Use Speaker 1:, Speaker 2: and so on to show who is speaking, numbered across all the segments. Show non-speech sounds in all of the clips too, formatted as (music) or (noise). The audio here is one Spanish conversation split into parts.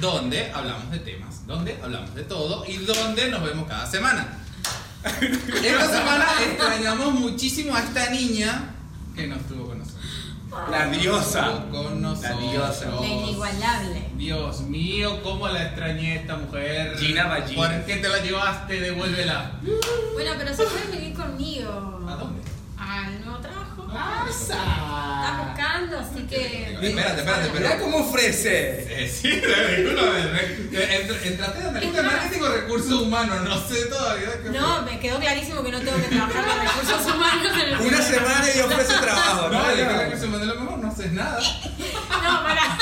Speaker 1: donde hablamos de temas, donde hablamos de todo y donde nos vemos cada semana. Esta semana extrañamos muchísimo a esta niña que nos tuvo con nosotros.
Speaker 2: La diosa.
Speaker 1: Estuvo con
Speaker 2: La
Speaker 1: nosotros.
Speaker 2: diosa.
Speaker 3: La inigualable.
Speaker 4: Dios mío, cómo la extrañé esta mujer.
Speaker 2: Gina Ballina.
Speaker 4: ¿Por qué te la llevaste? Devuélvela.
Speaker 3: Bueno, pero se pueden venir conmigo.
Speaker 1: ¿A dónde?
Speaker 3: Al nuevo trabajo. Está
Speaker 4: ¡Pasa!
Speaker 3: buscando, así que.
Speaker 1: Espérate, espérate, espérate.
Speaker 2: Mirá cómo ofrece.
Speaker 1: Eh, Sí, disculpa, Eh, entraste de analista de marketing o recursos humanos, no sé todavía qué
Speaker 3: No, me quedó clarísimo que no tengo que trabajar con recursos humanos. en el-
Speaker 2: Una semana y ofrece trabajo.
Speaker 1: fue. No, yo creo que se mandó lo mejor, no haces nada. (laughs)
Speaker 3: No, pará.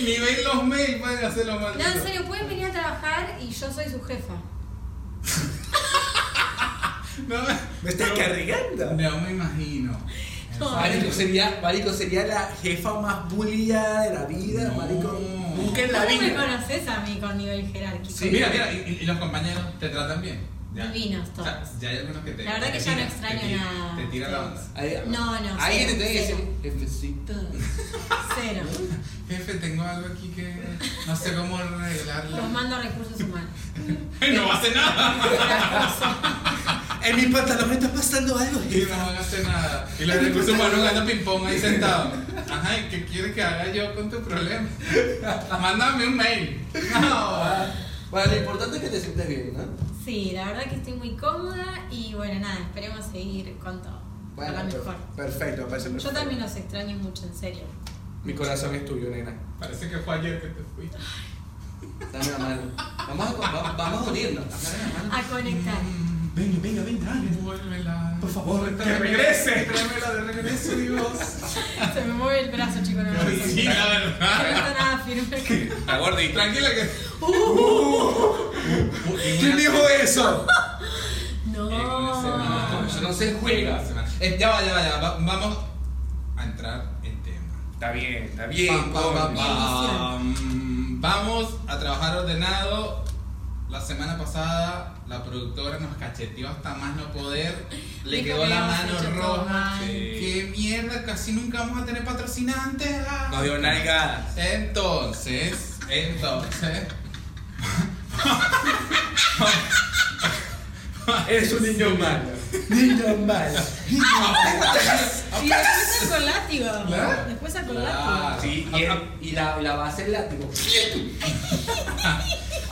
Speaker 1: Ni ven los mails, pueden hacerlo mal.
Speaker 3: No, en serio, pueden venir a trabajar y yo soy su jefa.
Speaker 1: No,
Speaker 2: ¿Me estás cargando?
Speaker 1: no me imagino.
Speaker 3: No.
Speaker 2: Marico sería, marico sería la jefa más bulliada de la vida,
Speaker 1: No.
Speaker 2: marico. Nunca en la
Speaker 3: ¿Cómo me
Speaker 2: vida.
Speaker 3: conoces a mí con nivel jerárquico?
Speaker 2: Sí.
Speaker 1: Mira, mira, y, y los compañeros te tratan bien. Ya.
Speaker 3: Divinos
Speaker 1: O
Speaker 3: todos.
Speaker 1: sea, ya hay algunos que te.
Speaker 3: La verdad
Speaker 1: te
Speaker 3: que ya no
Speaker 1: tiran,
Speaker 3: extraño
Speaker 1: te tiran-
Speaker 3: nada.
Speaker 1: Te tiran la onda.
Speaker 2: Ahí-
Speaker 3: No, no,
Speaker 2: Alguien te
Speaker 3: cero,
Speaker 2: tiene que decir,
Speaker 3: cero.
Speaker 2: jefecita.
Speaker 3: Cero.
Speaker 1: Jefe, tengo algo aquí que no sé cómo arreglarlo.
Speaker 3: Los mando a recursos humanos.
Speaker 1: (laughs) no va a hacer (laughs) nada.
Speaker 2: En mi pantalón me está pasando algo,
Speaker 1: Y
Speaker 2: jefa.
Speaker 1: no van a hacer nada. Y la recursos humanos jugando ping-pong ahí sentado. Ajá, ¿y qué quieres que haga yo con tu problema? Mándame un mail. No.
Speaker 2: Bueno, lo importante es que te sientes bien, ¿no?
Speaker 3: Sí, la verdad que estoy muy cómoda y bueno, nada, esperemos seguir con todo.
Speaker 2: Bueno,
Speaker 3: a lo
Speaker 2: per-
Speaker 3: mejor.
Speaker 2: perfecto, me parece
Speaker 3: Yo
Speaker 2: perfecto.
Speaker 3: también los extraño mucho, en serio.
Speaker 2: Mi corazón es tuyo, nena.
Speaker 1: Parece que fue ayer que te fuiste.
Speaker 2: Dame la mano. Vamos a, va- vamos a unirnos. Dame la mano.
Speaker 3: A conectar. (laughs)
Speaker 2: Venga, venga, venga,
Speaker 1: Devuélvela.
Speaker 2: Por favor,
Speaker 1: Tráemela-
Speaker 2: que regrese.
Speaker 1: Tráemela de regreso, Dios.
Speaker 3: Se me mueve el brazo, chicos, no me lo
Speaker 1: Sí,
Speaker 3: consigo.
Speaker 1: la
Speaker 3: No
Speaker 1: verdad.
Speaker 3: está nada firme.
Speaker 2: La gordita.
Speaker 1: Tranquila que.
Speaker 3: Uh,
Speaker 2: ¿Quién dijo eso?
Speaker 3: No.
Speaker 1: Eh, (laughs) con ese
Speaker 2: No,
Speaker 1: brazo.
Speaker 2: eso no se juega.
Speaker 1: Eh, ya va, ya va, ya va. Va- Vamos a entrar en tema.
Speaker 2: Está bien, está
Speaker 1: Pam, pam, pam,
Speaker 2: coño.
Speaker 1: pam. Vamos a trabajar ordenado. La semana pasada la productora nos cacheteó hasta más no poder. Le
Speaker 3: Dijo
Speaker 1: quedó
Speaker 3: que
Speaker 1: la
Speaker 3: habíamos
Speaker 1: mano
Speaker 3: hecho todo
Speaker 1: roja.
Speaker 3: mal.
Speaker 1: ¡Qué mierda! Casi nunca vamos a tener patrocinantes. ah.
Speaker 2: Nos dio nalgadas.
Speaker 1: Entonces, entonces.
Speaker 2: Es un niño malo. Niño malo.
Speaker 3: Y después al colátigo.
Speaker 1: Claro.
Speaker 3: Después al
Speaker 1: Claro.
Speaker 3: colátigo.
Speaker 2: Sí, y, el- y la, la base es látigo.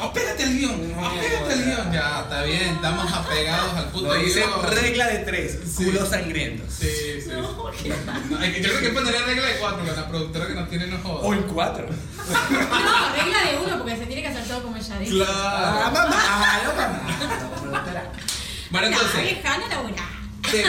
Speaker 1: ¡Apégate el guión!
Speaker 2: Ah, No,
Speaker 1: ¡Apégate el
Speaker 2: ya.
Speaker 1: guión! Ah, Ya, está bien, estamos apegados al puto
Speaker 2: Lo dice
Speaker 1: guión.
Speaker 2: regla de tres.
Speaker 1: Sí.
Speaker 2: Culos sangrientos.
Speaker 1: Sí, sí.
Speaker 3: No, (laughs) qué mal.
Speaker 1: No, es que yo creo que ponerle regla de cuatro con la productora que nos tiene no joda.
Speaker 2: el cuatro.
Speaker 3: No, regla de uno, porque se tiene que hacer todo como ella dice.
Speaker 2: Ah,
Speaker 1: Claro.
Speaker 2: mamá. Ah, no, mamá. No, productora.
Speaker 1: Bueno,
Speaker 3: Nah,
Speaker 1: entonces.
Speaker 3: vieja, no laburá.
Speaker 1: te-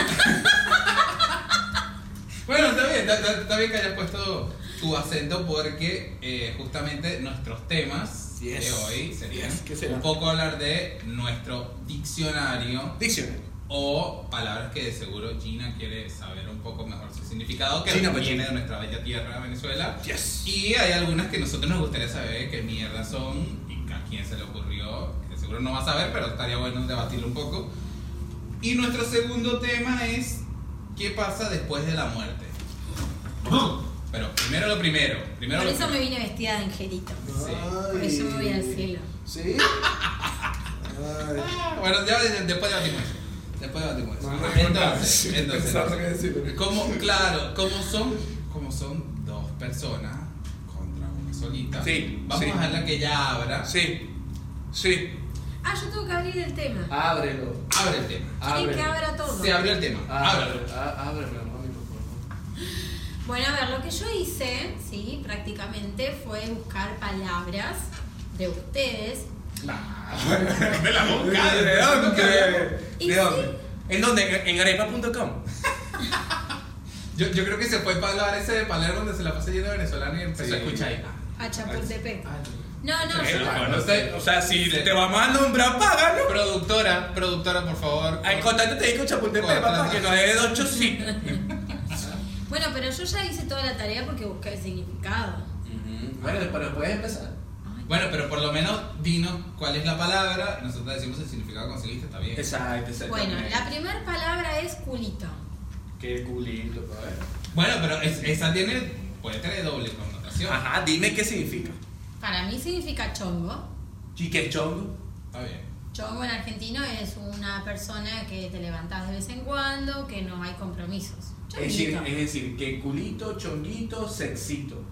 Speaker 1: bueno, está bien, está, está- está bien que hayas puesto tu acento porque eh, justamente nuestros temas
Speaker 2: Yes.
Speaker 1: de hoy serían
Speaker 2: Yes, ¿qué será?
Speaker 1: un poco hablar de nuestro diccionario
Speaker 2: Diccionario.
Speaker 1: o palabras que de seguro Gina quiere saber un poco mejor su significado que
Speaker 2: Gina, pues,
Speaker 1: viene
Speaker 2: Gina.
Speaker 1: de nuestra bella tierra Venezuela.
Speaker 2: Yes.
Speaker 1: Y hay algunas que nosotros nos gustaría saber qué mierda son y a quién se le ocurrió, que seguro no va a saber, pero estaría bueno debatirlo un poco. Y nuestro segundo tema es qué pasa después de la muerte. Pero primero lo primero, primero
Speaker 3: Por
Speaker 1: lo
Speaker 3: eso me
Speaker 1: primero.
Speaker 3: vine vestida de angelito.
Speaker 1: Sí.
Speaker 3: Porque yo me voy al cielo.
Speaker 2: ¿Sí? Ay.
Speaker 1: Ah, Bueno, ya de- después debatimos eso. Después debatimos eso.
Speaker 2: No,
Speaker 1: entonces,
Speaker 2: no,
Speaker 1: entonces,
Speaker 2: pensaba que decirlo.
Speaker 1: como claro, como son, como son dos personas contra una solita,
Speaker 2: Sí,
Speaker 1: vamos
Speaker 2: sí.
Speaker 1: a dejarla que ella abra.
Speaker 2: Sí. Sí.
Speaker 3: Ah, yo tengo que abrir el tema.
Speaker 2: Ábrelo.
Speaker 1: Ah, Abre el tema.
Speaker 3: Quieren que abra todo.
Speaker 1: Se abrió el tema.
Speaker 2: Ah.
Speaker 1: Ábralo.
Speaker 2: Ábrelo. Á- Ábrelo, mami, por favor.
Speaker 3: Bueno, a ver, lo que yo hice, sí, prácticamente fue buscar palabras de ustedes.
Speaker 1: De la
Speaker 2: ¿De dónde?
Speaker 3: Y
Speaker 2: ¿De
Speaker 3: sí.
Speaker 2: dónde? ¿En dónde? ¿En en arepa.com?
Speaker 1: Yo, yo creo que se fue para hablar ese de Palermo donde se la pasé yendo a venezolano y empezó
Speaker 2: Sí.
Speaker 1: a escuchar ahí.
Speaker 3: A Chapultepec.
Speaker 1: Ah,
Speaker 3: No, no,
Speaker 1: Sí,
Speaker 3: yo-
Speaker 1: bueno, sí.
Speaker 2: O sea, si
Speaker 1: Sí.
Speaker 2: te vamos a nombrar, págalo.
Speaker 1: Productora, productora, por favor.
Speaker 2: Al contacto te digo Chapultepec,
Speaker 1: Corta.
Speaker 2: papá, que nos debe dos chocitos.
Speaker 3: Bueno, pero yo ya hice toda la tarea porque busqué el significado.
Speaker 2: Bueno, pero puedes empezar.
Speaker 3: Ay,
Speaker 1: Bueno, pero por lo menos dinos cuál es la palabra. Nosotros decimos el significado que conseguiste, está bien.
Speaker 2: Exacto, exacto.
Speaker 3: Bueno, la primera palabra es culito.
Speaker 2: Qué culito, pa' ver.
Speaker 1: Bueno, pero es- esa tiene, puede tener doble connotación.
Speaker 2: Ajá, dime qué significa.
Speaker 3: Para mí significa chongo.
Speaker 2: ¿Y qué es chongo?
Speaker 1: Está bien.
Speaker 3: Chongo en argentino es una persona que te levantas de vez en cuando, que no hay compromisos.
Speaker 2: Es decir,
Speaker 1: eh,
Speaker 2: es
Speaker 3: Chonguito.
Speaker 2: decir, que culito, chonguito, sexito.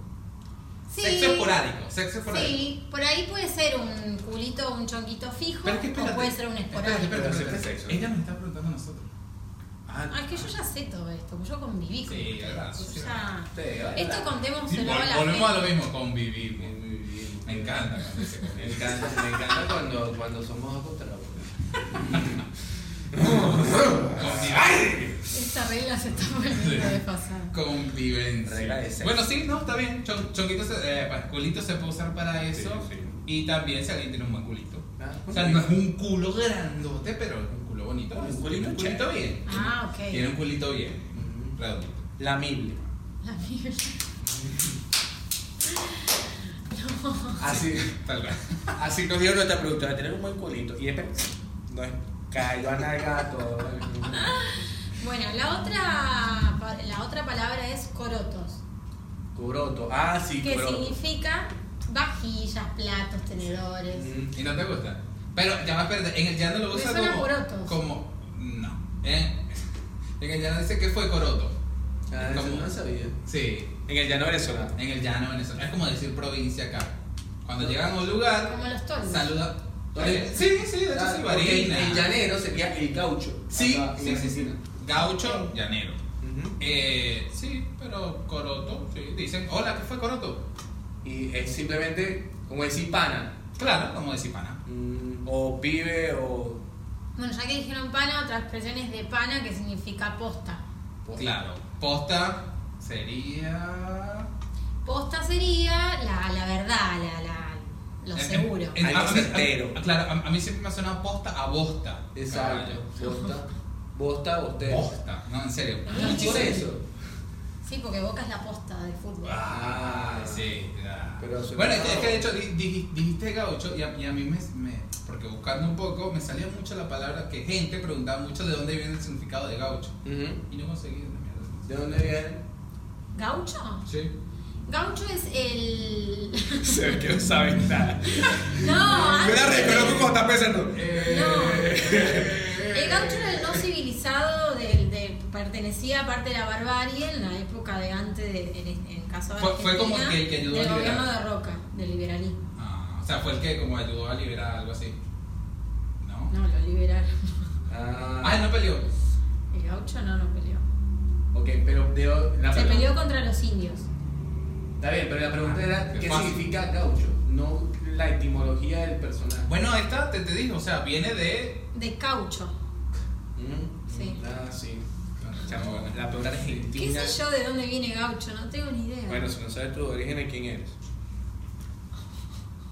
Speaker 3: Sí,
Speaker 1: Sexo esporádico. Sexo esporádico.
Speaker 3: Sí, por ahí puede ser un culito, un chonguito fijo,
Speaker 1: Pero es que
Speaker 3: o
Speaker 1: espérate.
Speaker 3: puede ser un
Speaker 1: Espérate,
Speaker 3: esporádico.
Speaker 1: espérate,
Speaker 2: Pero
Speaker 1: espérate.
Speaker 2: sexo.
Speaker 1: Ella nos está preguntando a nosotros.
Speaker 2: Ah,
Speaker 3: Ah, es que yo ya sé todo esto, yo conviví con
Speaker 1: Sí,
Speaker 3: ustedes,
Speaker 1: verdad,
Speaker 3: yo
Speaker 1: sí,
Speaker 3: ya-
Speaker 2: sí, verdad.
Speaker 3: Esto
Speaker 1: Sí,
Speaker 3: contémoselo
Speaker 1: vol-
Speaker 3: a la
Speaker 1: volvemos a lo
Speaker 3: gente.
Speaker 1: mismo, convivimos.
Speaker 2: Muy bien.
Speaker 1: Me encanta cuando dice
Speaker 2: Me
Speaker 1: convivimos.
Speaker 2: encanta, me encanta cuando, cuando somos dos contra uno. (laughs)
Speaker 1: Convivencia.
Speaker 3: Esta regla se está volviendo
Speaker 1: Sí.
Speaker 3: de pasar.
Speaker 1: Convivencia.
Speaker 2: Regla de sexo.
Speaker 1: Bueno, sí, no, está bien. Chon- chonquito, se, eh, pa- culito se puede usar para eso.
Speaker 5: sí.
Speaker 1: Y también si alguien tiene un buen culito.
Speaker 2: Ah,
Speaker 1: O sea, no es un culo grandote, pero es un culo bonito.
Speaker 2: Un
Speaker 1: es
Speaker 2: culito
Speaker 1: un culito
Speaker 2: chévere.
Speaker 1: bien.
Speaker 3: Ah, ok.
Speaker 1: Tiene un culito bien.
Speaker 2: Ujú.
Speaker 1: Redondito.
Speaker 2: Lamible.
Speaker 3: La Biblia.
Speaker 2: Así,
Speaker 1: Tal cual.
Speaker 2: así nos dio nuestra productora, tener un buen culito. Y después, no es, cayó a gato. Ah,
Speaker 3: Bueno, la otra, pa- la otra palabra es corotos,
Speaker 2: Coroto. Ah, sí,
Speaker 3: que
Speaker 2: coroto.
Speaker 3: significa vajillas, platos, tenedores.
Speaker 2: Mm.
Speaker 1: ¿Y no te gusta? Pero ya va a perder. En el llano lo
Speaker 3: Me
Speaker 1: usa
Speaker 3: suena
Speaker 1: como.
Speaker 3: corotos.
Speaker 1: Como. No. Eh, en el llano dice que fue coroto.
Speaker 2: Ah, eso no lo sabía.
Speaker 1: Sí.
Speaker 2: En el llano venezolano.
Speaker 1: En el llano venezolano. Es como decir provincia acá. Cuando llegan a un lugar.
Speaker 3: Como los toldos.
Speaker 1: Saluda.
Speaker 2: ¿Toldos?
Speaker 1: Sí, sí, de hecho
Speaker 2: Ah,
Speaker 1: sí,
Speaker 2: porque
Speaker 1: varina.
Speaker 2: El llanero sería el gaucho.
Speaker 1: Sí,
Speaker 2: acá en
Speaker 1: sí, sí, sí.
Speaker 2: Argentina.
Speaker 1: Gaucho, llanero.
Speaker 2: Ujú.
Speaker 1: Eh, sí, pero coroto, sí. Dicen, hola, ¿qué fue coroto?
Speaker 2: Y es simplemente como decir pana.
Speaker 1: Claro, como decir pana.
Speaker 2: Mm, o pibe o.
Speaker 3: Bueno, ya que dijeron pana, otra expresión es de pana, que significa posta.
Speaker 1: Claro. Posta sería.
Speaker 3: Posta sería la, la verdad, la, la, lo
Speaker 1: En-
Speaker 3: seguro.
Speaker 1: en-
Speaker 2: Algo
Speaker 1: Eh, a- a mí-
Speaker 2: certero.
Speaker 1: a- claro, a, a mí siempre me ha sonado posta a bosta.
Speaker 2: Exacto. Bosta. Bosta,
Speaker 1: Caralho.
Speaker 2: bostero.
Speaker 1: Bosta, no, en serio.
Speaker 2: Y Por eso.
Speaker 3: Sí, porque Boca es la posta del fútbol.
Speaker 1: Ah, sí. ah.
Speaker 2: Pero suena
Speaker 1: bueno, es que- es que de
Speaker 2: raro.
Speaker 1: hecho di- di- dijiste gaucho y a, y a mí me, me- Porque buscando un poco, me salía mucho la palabra que gente preguntaba mucho de dónde viene el significado de gaucho.
Speaker 2: (laughs) Ujú.
Speaker 1: Y no conseguí una mierda.
Speaker 2: ¿De dónde viene?
Speaker 3: ¿Gaucho?
Speaker 1: Sí.
Speaker 3: Gaucho es
Speaker 1: (laughs)
Speaker 3: el.
Speaker 5: Se ve que no sabe nada.
Speaker 3: no,
Speaker 5: Yo la
Speaker 3: antes-
Speaker 5: reconozco cuando está pensando.
Speaker 2: Eh.
Speaker 3: El gaucho era el no civilizado, del- de- pertenecía a parte de la barbarie en la época de antes, de, en, en el caso de
Speaker 1: Fue- fue como
Speaker 3: Argentina,
Speaker 1: que el que ayudó
Speaker 3: del
Speaker 1: a liberar.
Speaker 3: gobierno de Roca, del liberalismo.
Speaker 1: Ah, o sea, fue el que como ayudó a liberar algo así. ¿No?
Speaker 3: No, lo liberaron.
Speaker 1: Ah,
Speaker 2: Ah,
Speaker 1: él no peleó.
Speaker 3: El gaucho no, no peleó.
Speaker 2: ok, pero de,
Speaker 1: Ah,
Speaker 2: la
Speaker 3: Se
Speaker 2: pregunta-
Speaker 3: peleó contra los indios.
Speaker 2: Está bien, pero la pregunta era:
Speaker 1: Qué
Speaker 2: ¿qué
Speaker 1: fácil.
Speaker 2: significa gaucho? No la etimología del personaje.
Speaker 1: Bueno, esta te, te dije, o sea, viene de.
Speaker 3: De caucho.
Speaker 2: Mm.
Speaker 3: Sí.
Speaker 2: Ah, sí.
Speaker 1: Chamo, bueno.
Speaker 2: La peor
Speaker 3: ¿Qué
Speaker 2: argentina.
Speaker 3: sé yo de dónde viene gaucho? No tengo ni idea.
Speaker 2: Bueno, si no sabes tu origen, ¿quién eres?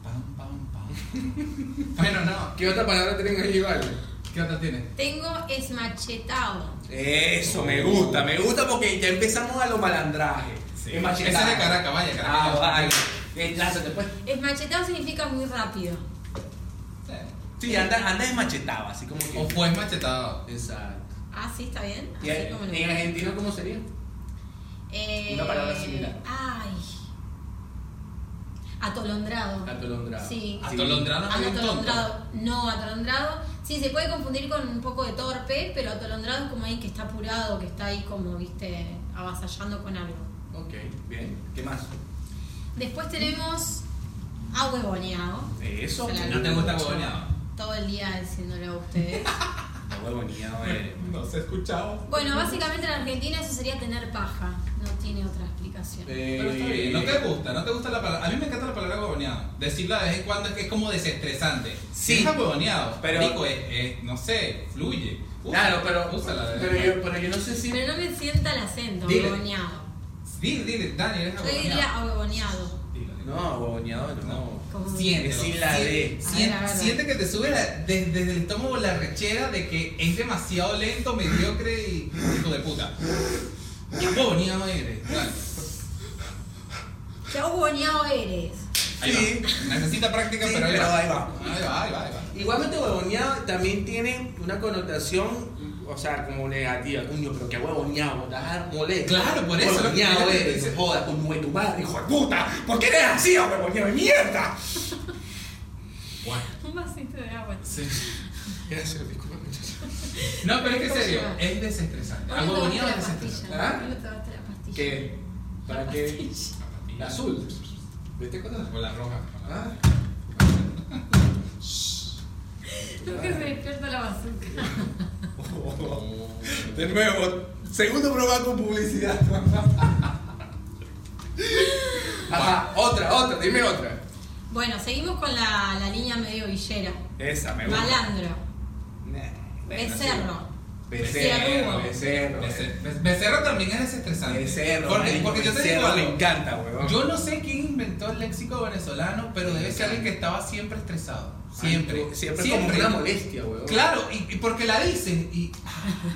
Speaker 1: Pam, pam, pam. (laughs) bueno, no.
Speaker 2: ¿Qué otra palabra tienen ahí, Vale?
Speaker 1: ¿Qué otra tienes?
Speaker 3: Tengo esmachetado.
Speaker 2: Eso, me gusta, me gusta porque ya empezamos a lo malandraje.
Speaker 1: Sí.
Speaker 2: Es
Speaker 1: Ese
Speaker 2: machetaje.
Speaker 1: es de Caracas, vaya, Caracas.
Speaker 2: Ah, vale. Eh, Lánzate, pues.
Speaker 3: Esmachetado significa muy rápido.
Speaker 1: Sí.
Speaker 2: Sí, anda, anda desmachetado, así como que.
Speaker 1: O fue machetado.
Speaker 2: Exacto.
Speaker 3: Ah, sí, está bien.
Speaker 2: ¿Y
Speaker 3: Así como lo-
Speaker 2: en argentino cómo sería?
Speaker 3: Eh,
Speaker 2: Una palabra similar.
Speaker 3: Ay. Atolondrado.
Speaker 2: Atolondrado.
Speaker 3: Sí. Ah,
Speaker 1: Atolondrado no es un tonto.
Speaker 3: Atolondrado. No, atolondrado. Sí, se puede confundir con un poco de torpe, pero atolondrado es como alguien que está apurado, que está ahí como, viste, avasallando con algo.
Speaker 2: Ok, bien. ¿Qué más?
Speaker 3: Después tenemos a huevoneado.
Speaker 2: Eso.
Speaker 3: Se la
Speaker 1: ¿No te gusta huevoneado?
Speaker 3: Todo el día diciéndolo
Speaker 2: (laughs)
Speaker 3: a ustedes.
Speaker 2: No, huevoneado, eh.
Speaker 1: No se escuchaba.
Speaker 3: bueno, básicamente en Argentina eso sería tener paja. No tiene otra explicación.
Speaker 2: Eh,
Speaker 1: Pero está bien, no te gusta, no te gusta la palabra. A mí me encanta la palabra huevoneado. Decirla de vez en cuando es que es como desestresante.
Speaker 2: Sí.
Speaker 1: Deja huevoneado.
Speaker 2: Pero-
Speaker 1: Digo, es, es- no sé, fluye. Usa-
Speaker 2: Claro, pero.
Speaker 1: Úsala de
Speaker 2: pero, yo, pero yo no sé si.
Speaker 3: Pero no me sienta el acento,
Speaker 2: Dile.
Speaker 3: huevoneado.
Speaker 1: Dile, dile, Dani, eres
Speaker 3: Yo
Speaker 1: huevoneado.
Speaker 3: diría a huevoneado.
Speaker 1: Dilo, dilo.
Speaker 2: No, huevoneado no.
Speaker 1: No.
Speaker 3: Como-
Speaker 1: Siente,
Speaker 2: Sin la D.
Speaker 3: A ver, a ver.
Speaker 1: siente que te sube la- desde, desde el estómago la rechera de que es demasiado lento, mediocre y hijo de puta. Ya huevoneado eres. Dale.
Speaker 3: ¡Qué huevoneado eres!
Speaker 1: Ahí
Speaker 2: Sí.
Speaker 1: va. Necesita práctica,
Speaker 2: Sí,
Speaker 1: pero ahí
Speaker 2: pero
Speaker 1: va.
Speaker 2: ahí va.
Speaker 1: Ahí va, ahí va, ahí va.
Speaker 2: Igualmente huevoneado también tiene una connotación o sea, como negativa. Coño, pero qué huevo ñabo, te vas a dar mole.
Speaker 1: Claro, por eso, lo
Speaker 2: Huevo
Speaker 1: que
Speaker 2: ñabo
Speaker 1: quería
Speaker 2: eres,
Speaker 1: decir.
Speaker 2: joda, tu mujer, tu madre, hijo de puta. ¿Por qué eres así, huevo ñabo de mierda?
Speaker 1: Bueno,
Speaker 3: Un vasito de agua.
Speaker 1: sí.
Speaker 2: Gracias, disculpa, muchachos.
Speaker 1: No, pero es que en serio, es desestresante.
Speaker 3: ¿Cuándo tomaste
Speaker 1: Agobonía
Speaker 3: la
Speaker 1: es desestresante.
Speaker 3: pastilla?
Speaker 2: ¿Ah?
Speaker 3: ¿Cuándo tomaste la pastilla?
Speaker 2: ¿Qué? ¿Para
Speaker 3: La
Speaker 2: qué?
Speaker 3: pastilla.
Speaker 2: La azul. ¿Viste cuándo?
Speaker 1: O la roja.
Speaker 2: ¿Ah?
Speaker 3: Nunca se despierta la bazooka.
Speaker 2: De nuevo, segundo programa con publicidad. Ajá, otra, otra, dime otra.
Speaker 3: Bueno, seguimos con la, la línea medio villera.
Speaker 2: Esa me gusta.
Speaker 3: Malandro.
Speaker 2: Nah, bueno, sí.
Speaker 3: Becerro.
Speaker 2: Becerro, becerro.
Speaker 1: Bece- Be- Becerro también es desestresante.
Speaker 2: Becerro.
Speaker 1: Porque,
Speaker 2: marico,
Speaker 1: porque yo te digo
Speaker 2: becerro, me
Speaker 1: algo.
Speaker 2: encanta, weón.
Speaker 1: Yo no sé quién inventó el léxico venezolano, pero debe ser alguien que estaba siempre estresado. Siempre.
Speaker 2: Siempre, siempre, es como una molestia, weón.
Speaker 1: Claro, y, y porque la dicen. (laughs) Y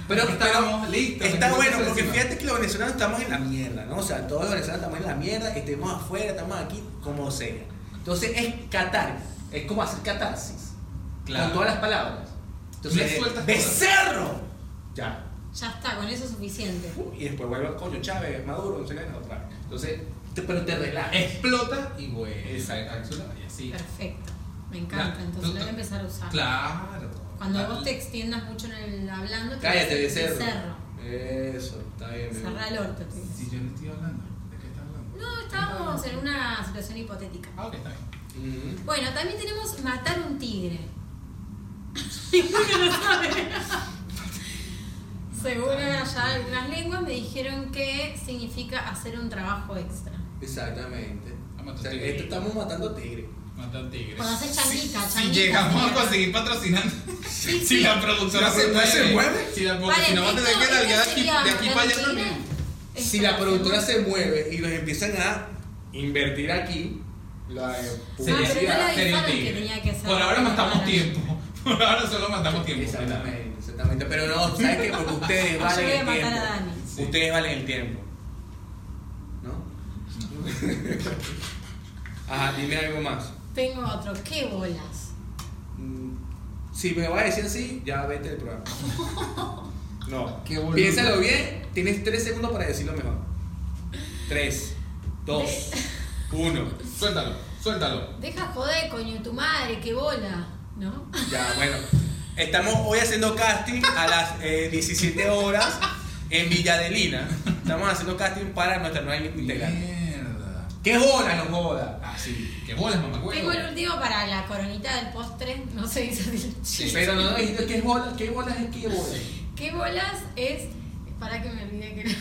Speaker 2: Pero,
Speaker 1: estábamos listos.
Speaker 2: pero está
Speaker 1: entonces,
Speaker 2: bueno porque
Speaker 1: encima.
Speaker 2: fíjate que los venezolanos estamos en la mierda, ¿no? O sea, todos los venezolanos estamos en la mierda, estemos afuera, estamos aquí, como sea. Entonces es catar, es como hacer catarsis.
Speaker 1: Claro.
Speaker 2: Con todas las palabras.
Speaker 1: Le
Speaker 2: Entonces,
Speaker 1: sueltas
Speaker 2: ¡becerro! Ya.
Speaker 3: Ya está, con eso es suficiente.
Speaker 2: Y después vuelve al coño Chávez, Maduro, no sé qué, no, otra vez. Entonces, te- pero te relajas.
Speaker 1: Eh. Explota y güey.
Speaker 2: Exacto.
Speaker 1: esa cápsula, y así.
Speaker 3: Perfecto. Me encanta,
Speaker 1: Claro.
Speaker 3: entonces
Speaker 1: Tú-
Speaker 3: lo voy a empezar a usar.
Speaker 1: Claro.
Speaker 3: Cuando
Speaker 1: La-
Speaker 3: vos te extiendas mucho en el hablando, te
Speaker 2: Cállate,
Speaker 3: vas a decir
Speaker 2: becerro. Eso, está bien. mi
Speaker 3: Cerrá el
Speaker 2: amor.
Speaker 3: orto, te dice.
Speaker 1: Si yo no estoy hablando, ¿de qué estás hablando?
Speaker 3: No, estábamos en una situación hipotética.
Speaker 1: Ah, ok, está bien.
Speaker 2: Ujú.
Speaker 3: Bueno, también tenemos matar un tigre. (laughs) Ninguno lo sabe. (laughs) Según allá algunas lenguas me dijeron que significa hacer un trabajo extra.
Speaker 2: Exactamente.
Speaker 1: Vamos a
Speaker 2: O sea,
Speaker 1: tigre.
Speaker 2: esto estamos matando tigre.
Speaker 1: Matan tigres.
Speaker 3: Cuando haces changuita,
Speaker 1: Si- Si
Speaker 3: changuita,
Speaker 1: llegamos a
Speaker 3: señora.
Speaker 1: conseguir patrocinante.
Speaker 3: Sí,
Speaker 1: Si la productora
Speaker 2: ¿No se- no se mueve?
Speaker 1: Si la
Speaker 3: Vale,
Speaker 1: productora
Speaker 3: esto-
Speaker 1: te queda
Speaker 3: esto
Speaker 1: de aquí,
Speaker 3: sería
Speaker 1: de aquí
Speaker 3: matar
Speaker 1: para
Speaker 3: un
Speaker 1: allá
Speaker 3: tigre.
Speaker 1: también.
Speaker 3: Esto,
Speaker 2: Si la productora
Speaker 3: seguro.
Speaker 2: se mueve y los empiezan a invertir aquí, la eh,
Speaker 3: pero
Speaker 5: Ah,
Speaker 3: no
Speaker 2: publicidad.
Speaker 3: la- avisaron que tenía que hacer
Speaker 1: Por ahora
Speaker 3: la
Speaker 1: matamos
Speaker 3: cámara.
Speaker 1: tiempo. (laughs) Por ahora solo matamos tiempo.
Speaker 2: Exactamente, exactamente. Pero no, ¿sabes qué? Porque
Speaker 3: Yo (laughs)
Speaker 2: ustedes
Speaker 3: voy
Speaker 2: valen
Speaker 3: a
Speaker 2: el
Speaker 3: matar
Speaker 2: tiempo.
Speaker 3: a Dani.
Speaker 1: Sí.
Speaker 2: Ustedes valen el tiempo. ¿No? (laughs) Ajá, dime algo más.
Speaker 3: Tengo otro. ¿Qué bolas?
Speaker 2: Mm, Si me vas a decir así, ya vete del programa. No.
Speaker 1: Qué boludo.
Speaker 2: Piénsalo bien, tienes 3 segundos para decirlo mejor. 3, 2, 1.
Speaker 1: Suéltalo, suéltalo.
Speaker 3: Deja joder, coño, tu madre, qué bola, ¿no?
Speaker 2: Ya, bueno. Estamos hoy haciendo casting a las eh, 17 horas en Villadelina. Estamos haciendo casting para nuestra nueva integrante.
Speaker 1: Mierda.
Speaker 2: ¡Qué joda, no joda!
Speaker 1: Ah, sí. Que bolas, mamacuevo.
Speaker 3: Tengo el último para la coronita del postre, no se dice así.
Speaker 1: Sí.
Speaker 2: Pero no dijiste qué bola, qué bola es qué bola.
Speaker 3: ¿Qué bolas es? Para que me olvide que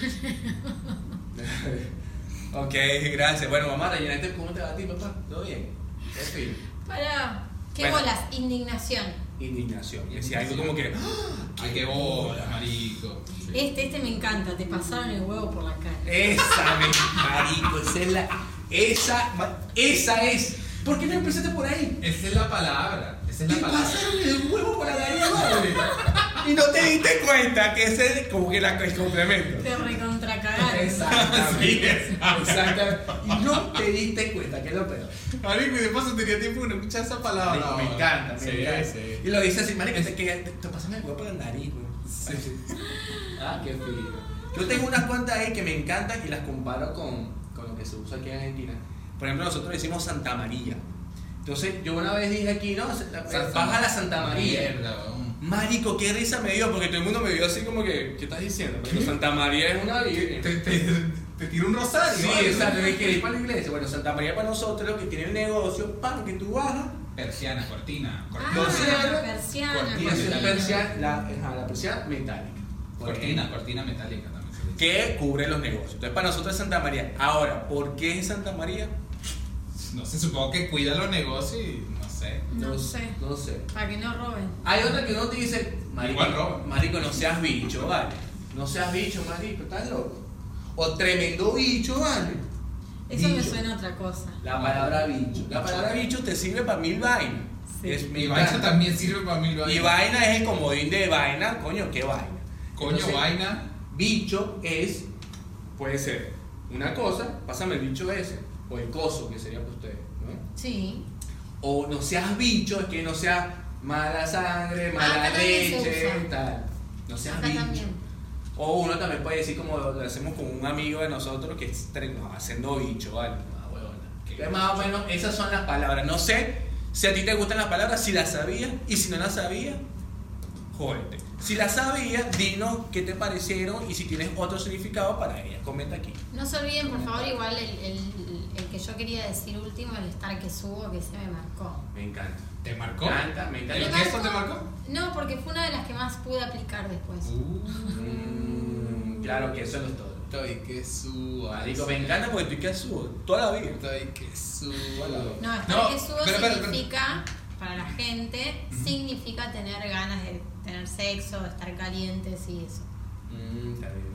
Speaker 3: (laughs)
Speaker 2: ok, gracias. Bueno, mamá, rellenaste cómo te va a ti, papá. ¿Todo bien? En fin.
Speaker 3: Para. ¿Qué
Speaker 2: Bueno.
Speaker 3: bolas? Indignación.
Speaker 2: Indignación. Y decía algo como que. ¡Ah!
Speaker 1: Ay, qué bolas, marico.
Speaker 3: Este, este me encanta, te pasaron el huevo por
Speaker 2: (laughs)
Speaker 3: la cara.
Speaker 2: Esa, me, marico, esa es la. Esa, ma- esa es. ¿Por qué no empezaste por ahí?
Speaker 1: Esa es la palabra. Esa es
Speaker 2: Te
Speaker 1: la palabra.
Speaker 2: pasaron el huevo para la nariz, madre.
Speaker 1: (laughs)
Speaker 2: Y no te diste cuenta que ese es como que la, el complemento.
Speaker 3: Te recontracagaron.
Speaker 1: Sí,
Speaker 2: Exactamente.
Speaker 1: exacto.
Speaker 2: (laughs) Exactamente. Y no te diste cuenta, que es lo peor.
Speaker 1: Marico, y de paso tenía tiempo de no escuchar esa palabra.
Speaker 2: Marico, me encanta, me
Speaker 1: Sí,
Speaker 2: encanta.
Speaker 1: sí.
Speaker 2: Y lo dice así, marico, te, que, te, te pasan el huevo por la nariz, güey.
Speaker 1: Sí.
Speaker 2: Ah, qué fino. Yo tengo unas cuantas ahí que me encantan y las comparo con, con lo que se usa aquí en Argentina. Por ejemplo, nosotros decimos Santa María. Entonces, yo una vez dije aquí, no, se- la- baja la Santa María.
Speaker 1: Mierda, weón.
Speaker 2: Marico, qué risa me dio, porque todo el mundo me vio así como que, ¿qué estás diciendo?
Speaker 1: (laughs)
Speaker 2: Pero Santa María es una virgen.
Speaker 1: Te, te, te tiro un rosario.
Speaker 2: Sí,
Speaker 1: ¿vale?
Speaker 2: exacto, que queréis para la iglesia. Bueno, Santa María para nosotros, los que tienen negocio, pan, que tú bajas,
Speaker 1: Persiana, cortina.
Speaker 3: Ah,
Speaker 1: Cortina.
Speaker 2: cero,
Speaker 3: persiana,
Speaker 1: cortina,
Speaker 2: y haces la
Speaker 1: metálica.
Speaker 2: persiana, la, ajá, la persiana metálica.
Speaker 1: cortina, cortina metálica también. se dice.
Speaker 2: que cubre los negocios. Entonces, para nosotros es Santa María. Ahora, ¿por qué es Santa María?
Speaker 1: No sé, supongo que cuida los negocios y no sé.
Speaker 3: No
Speaker 2: s-
Speaker 3: sé.
Speaker 2: No sé.
Speaker 3: Para que no roben.
Speaker 2: Hay otra que no te dice, marico,
Speaker 1: Igual roba.
Speaker 2: marico, no seas bicho, vale. No seas bicho, marico, estás loco. O tremendo bicho, vale.
Speaker 3: Eso me
Speaker 2: Bicho.
Speaker 3: suena a otra cosa.
Speaker 2: La palabra bicho. La palabra bicho te sirve para mil vainas.
Speaker 3: Sí.
Speaker 2: Es
Speaker 1: Mi
Speaker 2: mil
Speaker 1: vaina
Speaker 2: vainas.
Speaker 1: también sirve para mil
Speaker 2: Y
Speaker 1: vainas.
Speaker 2: vaina es el comodín de vaina, coño, qué vaina.
Speaker 1: Coño,
Speaker 2: Entonces,
Speaker 1: vaina.
Speaker 2: Bicho es, puede ser una cosa, pásame el bicho ese, o el coso que sería para ustedes, ¿no?
Speaker 3: Sí.
Speaker 2: O no seas bicho, es que no seas mala sangre,
Speaker 3: Ah,
Speaker 2: mala
Speaker 3: también se
Speaker 2: leche,
Speaker 3: usa.
Speaker 2: tal. No seas
Speaker 3: Acá
Speaker 2: bicho.
Speaker 3: también.
Speaker 2: O uno también puede decir como lo hacemos con un amigo de nosotros que es tre- no, haciendo bicho, vale. Ah, huevona.
Speaker 1: Qué
Speaker 2: Que más o menos esas son las palabras. No sé si a ti te gustan las palabras, si las sabías y si no las sabías, jódete. Si las sabías, dinos qué te parecieron y si tienes otro significado para ellas. Comenta aquí.
Speaker 3: No se olviden, por favor, igual el, el- el que yo quería decir último, el estar que subo, que se me marcó.
Speaker 2: Me encanta.
Speaker 1: ¿Te marcó?
Speaker 2: Me encanta, me
Speaker 1: ¿El
Speaker 3: ¿Me
Speaker 2: encanta.
Speaker 1: que esto te marcó?
Speaker 3: No, porque fue una de las que más pude aplicar después.
Speaker 1: Uh,
Speaker 2: Mm, claro que eso no es todo.
Speaker 1: estoy que subo.
Speaker 2: Marico, me encanta porque tú que subo toda la vida.
Speaker 1: Estoy que subo.
Speaker 3: No, estar que subo
Speaker 1: pero, pero, pero,
Speaker 3: significa, para la gente, significa tener ganas de tener sexo, de estar calientes y eso.
Speaker 2: Mm, está bien.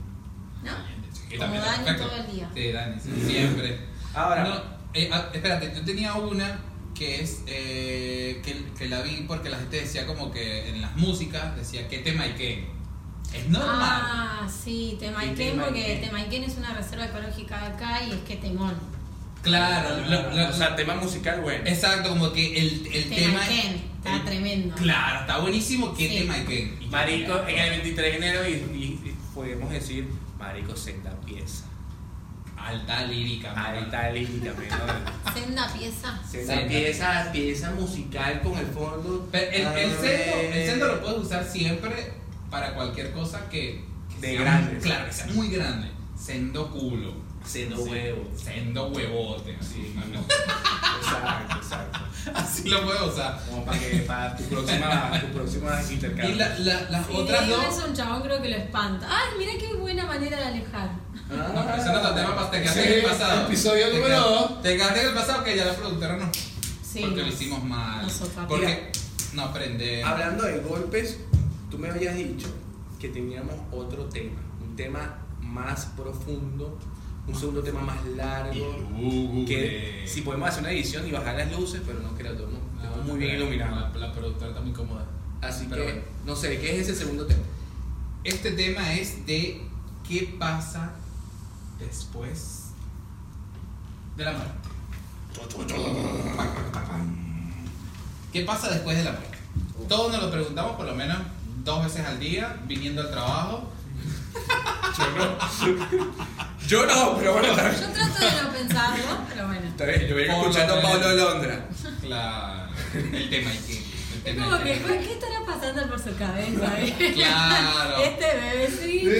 Speaker 3: ¿No?
Speaker 1: Sí,
Speaker 3: Como
Speaker 1: también,
Speaker 3: Dani
Speaker 1: perfecto.
Speaker 3: todo el día.
Speaker 1: Sí, Dani, sí, siempre.
Speaker 2: Ahora.
Speaker 1: No, eh, ah, espérate, yo tenía una que es eh, que, que la vi porque la gente decía como que en las músicas decía qué tema y qué. Es normal.
Speaker 3: Ah, sí, te
Speaker 2: te
Speaker 3: maiquen porque
Speaker 2: maiquen.
Speaker 3: te maiquen es una reserva ecológica de acá y es que temón.
Speaker 1: Claro, lo- lo-
Speaker 2: o sea, tema musical bueno.
Speaker 1: exacto, como que el, el
Speaker 3: Te
Speaker 1: tema.
Speaker 3: maiquen, está
Speaker 1: el-
Speaker 3: tremendo.
Speaker 1: Claro, está buenísimo qué
Speaker 3: Sí.
Speaker 1: tema y qué. Y-
Speaker 2: Marico, en el 23 de enero y, y- y podemos decir, Marico, senda pieza.
Speaker 1: Alta lírica.
Speaker 2: Ahí
Speaker 1: mamá.
Speaker 2: está lírica, ¿no?
Speaker 3: Senda pieza.
Speaker 2: Senda pieza, pieza musical con el fondo.
Speaker 1: Pero el, el,
Speaker 2: Ah,
Speaker 1: sendo, el
Speaker 2: eh.
Speaker 1: sendo lo puedes usar siempre para cualquier cosa que, que
Speaker 2: De
Speaker 1: sea muy-
Speaker 2: grandes.
Speaker 1: claro, que sea muy grande. Sendo culo.
Speaker 2: Sendo
Speaker 1: Sí.
Speaker 2: huevo.
Speaker 1: Sendo huevote. Así,
Speaker 2: Sí. Exacto, exacto.
Speaker 1: así lo puedo usar.
Speaker 2: Como para que para tu próxima, tu próxima intercambio.
Speaker 1: Y la- la- las
Speaker 3: Si
Speaker 1: otras
Speaker 3: le digo
Speaker 1: dos.
Speaker 3: eso a un chabón creo que lo espanta. Ay, mira qué buena manera de alejar.
Speaker 2: Ah.
Speaker 1: No, pero ese no es el tema, pa- te quedaste
Speaker 5: Sí,
Speaker 1: en el pasado.
Speaker 5: episodio
Speaker 1: Te
Speaker 5: número
Speaker 1: quedaste-
Speaker 5: dos.
Speaker 1: Te quedaste en el pasado que ya la productora no. porque lo
Speaker 3: nos-
Speaker 1: hicimos mal.
Speaker 3: nos sopapeó.
Speaker 1: Porque no aprende.
Speaker 2: Hablando de golpes, tú me habías dicho que teníamos otro tema, un tema más profundo, un segundo tema más largo. Que si podemos hacer una edición y bajar las luces, pero no creo, estamos estamos muy bien iluminados.
Speaker 1: Ah, La, la productora está muy cómoda.
Speaker 2: Así
Speaker 1: Pero
Speaker 2: que,
Speaker 1: bueno.
Speaker 2: no sé, ¿qué es ese segundo tema?
Speaker 1: Este tema es de qué pasa después de la muerte. ¿Qué pasa después de la muerte? Todos nos lo preguntamos por lo menos dos veces al día, viniendo al trabajo. (laughs)
Speaker 2: Yo no, pero bueno, está bien.
Speaker 3: Yo trato de no pensarlo,
Speaker 1: (laughs)
Speaker 3: pero bueno.
Speaker 2: Está bien, yo vengo
Speaker 1: Por lo
Speaker 2: escuchando a
Speaker 1: menos.
Speaker 2: Pablo Londra.
Speaker 1: Claro, el tema es que. el
Speaker 3: Es
Speaker 1: tema
Speaker 3: como
Speaker 1: es
Speaker 3: que,
Speaker 1: que-
Speaker 3: "Ay, ¿qué estará pasando por su cabeza? eh?"
Speaker 1: (laughs) Claro.
Speaker 3: (laughs) Este (laughs) bebecito.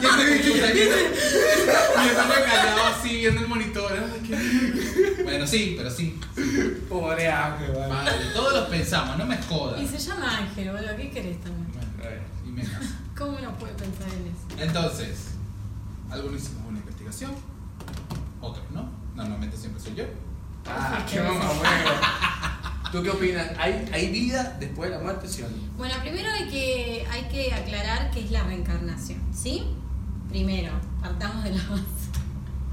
Speaker 1: Y este bicho está aquí, y el niño callado así viendo el monitor. ay, qué- Bueno, sí, pero sí.
Speaker 2: Pobre Ángel, vale.
Speaker 1: Madre, todos los pensamos, no me jodas.
Speaker 3: Y se llama Ángel, boludo. ¿Qué querés también?
Speaker 1: Bueno, y me caso.
Speaker 3: ¿Cómo no puede pensar en eso?
Speaker 1: Entonces, algunos hicimos una investigación, otros no. Normalmente siempre soy yo.
Speaker 2: Ah, qué mamahuevo. ¿Tú qué opinas? ¿Hay, ¿Hay vida después de la muerte, sí o no?
Speaker 3: Bueno, primero hay que, hay que aclarar qué es la reencarnación, ¿sí? Primero, partamos de la base.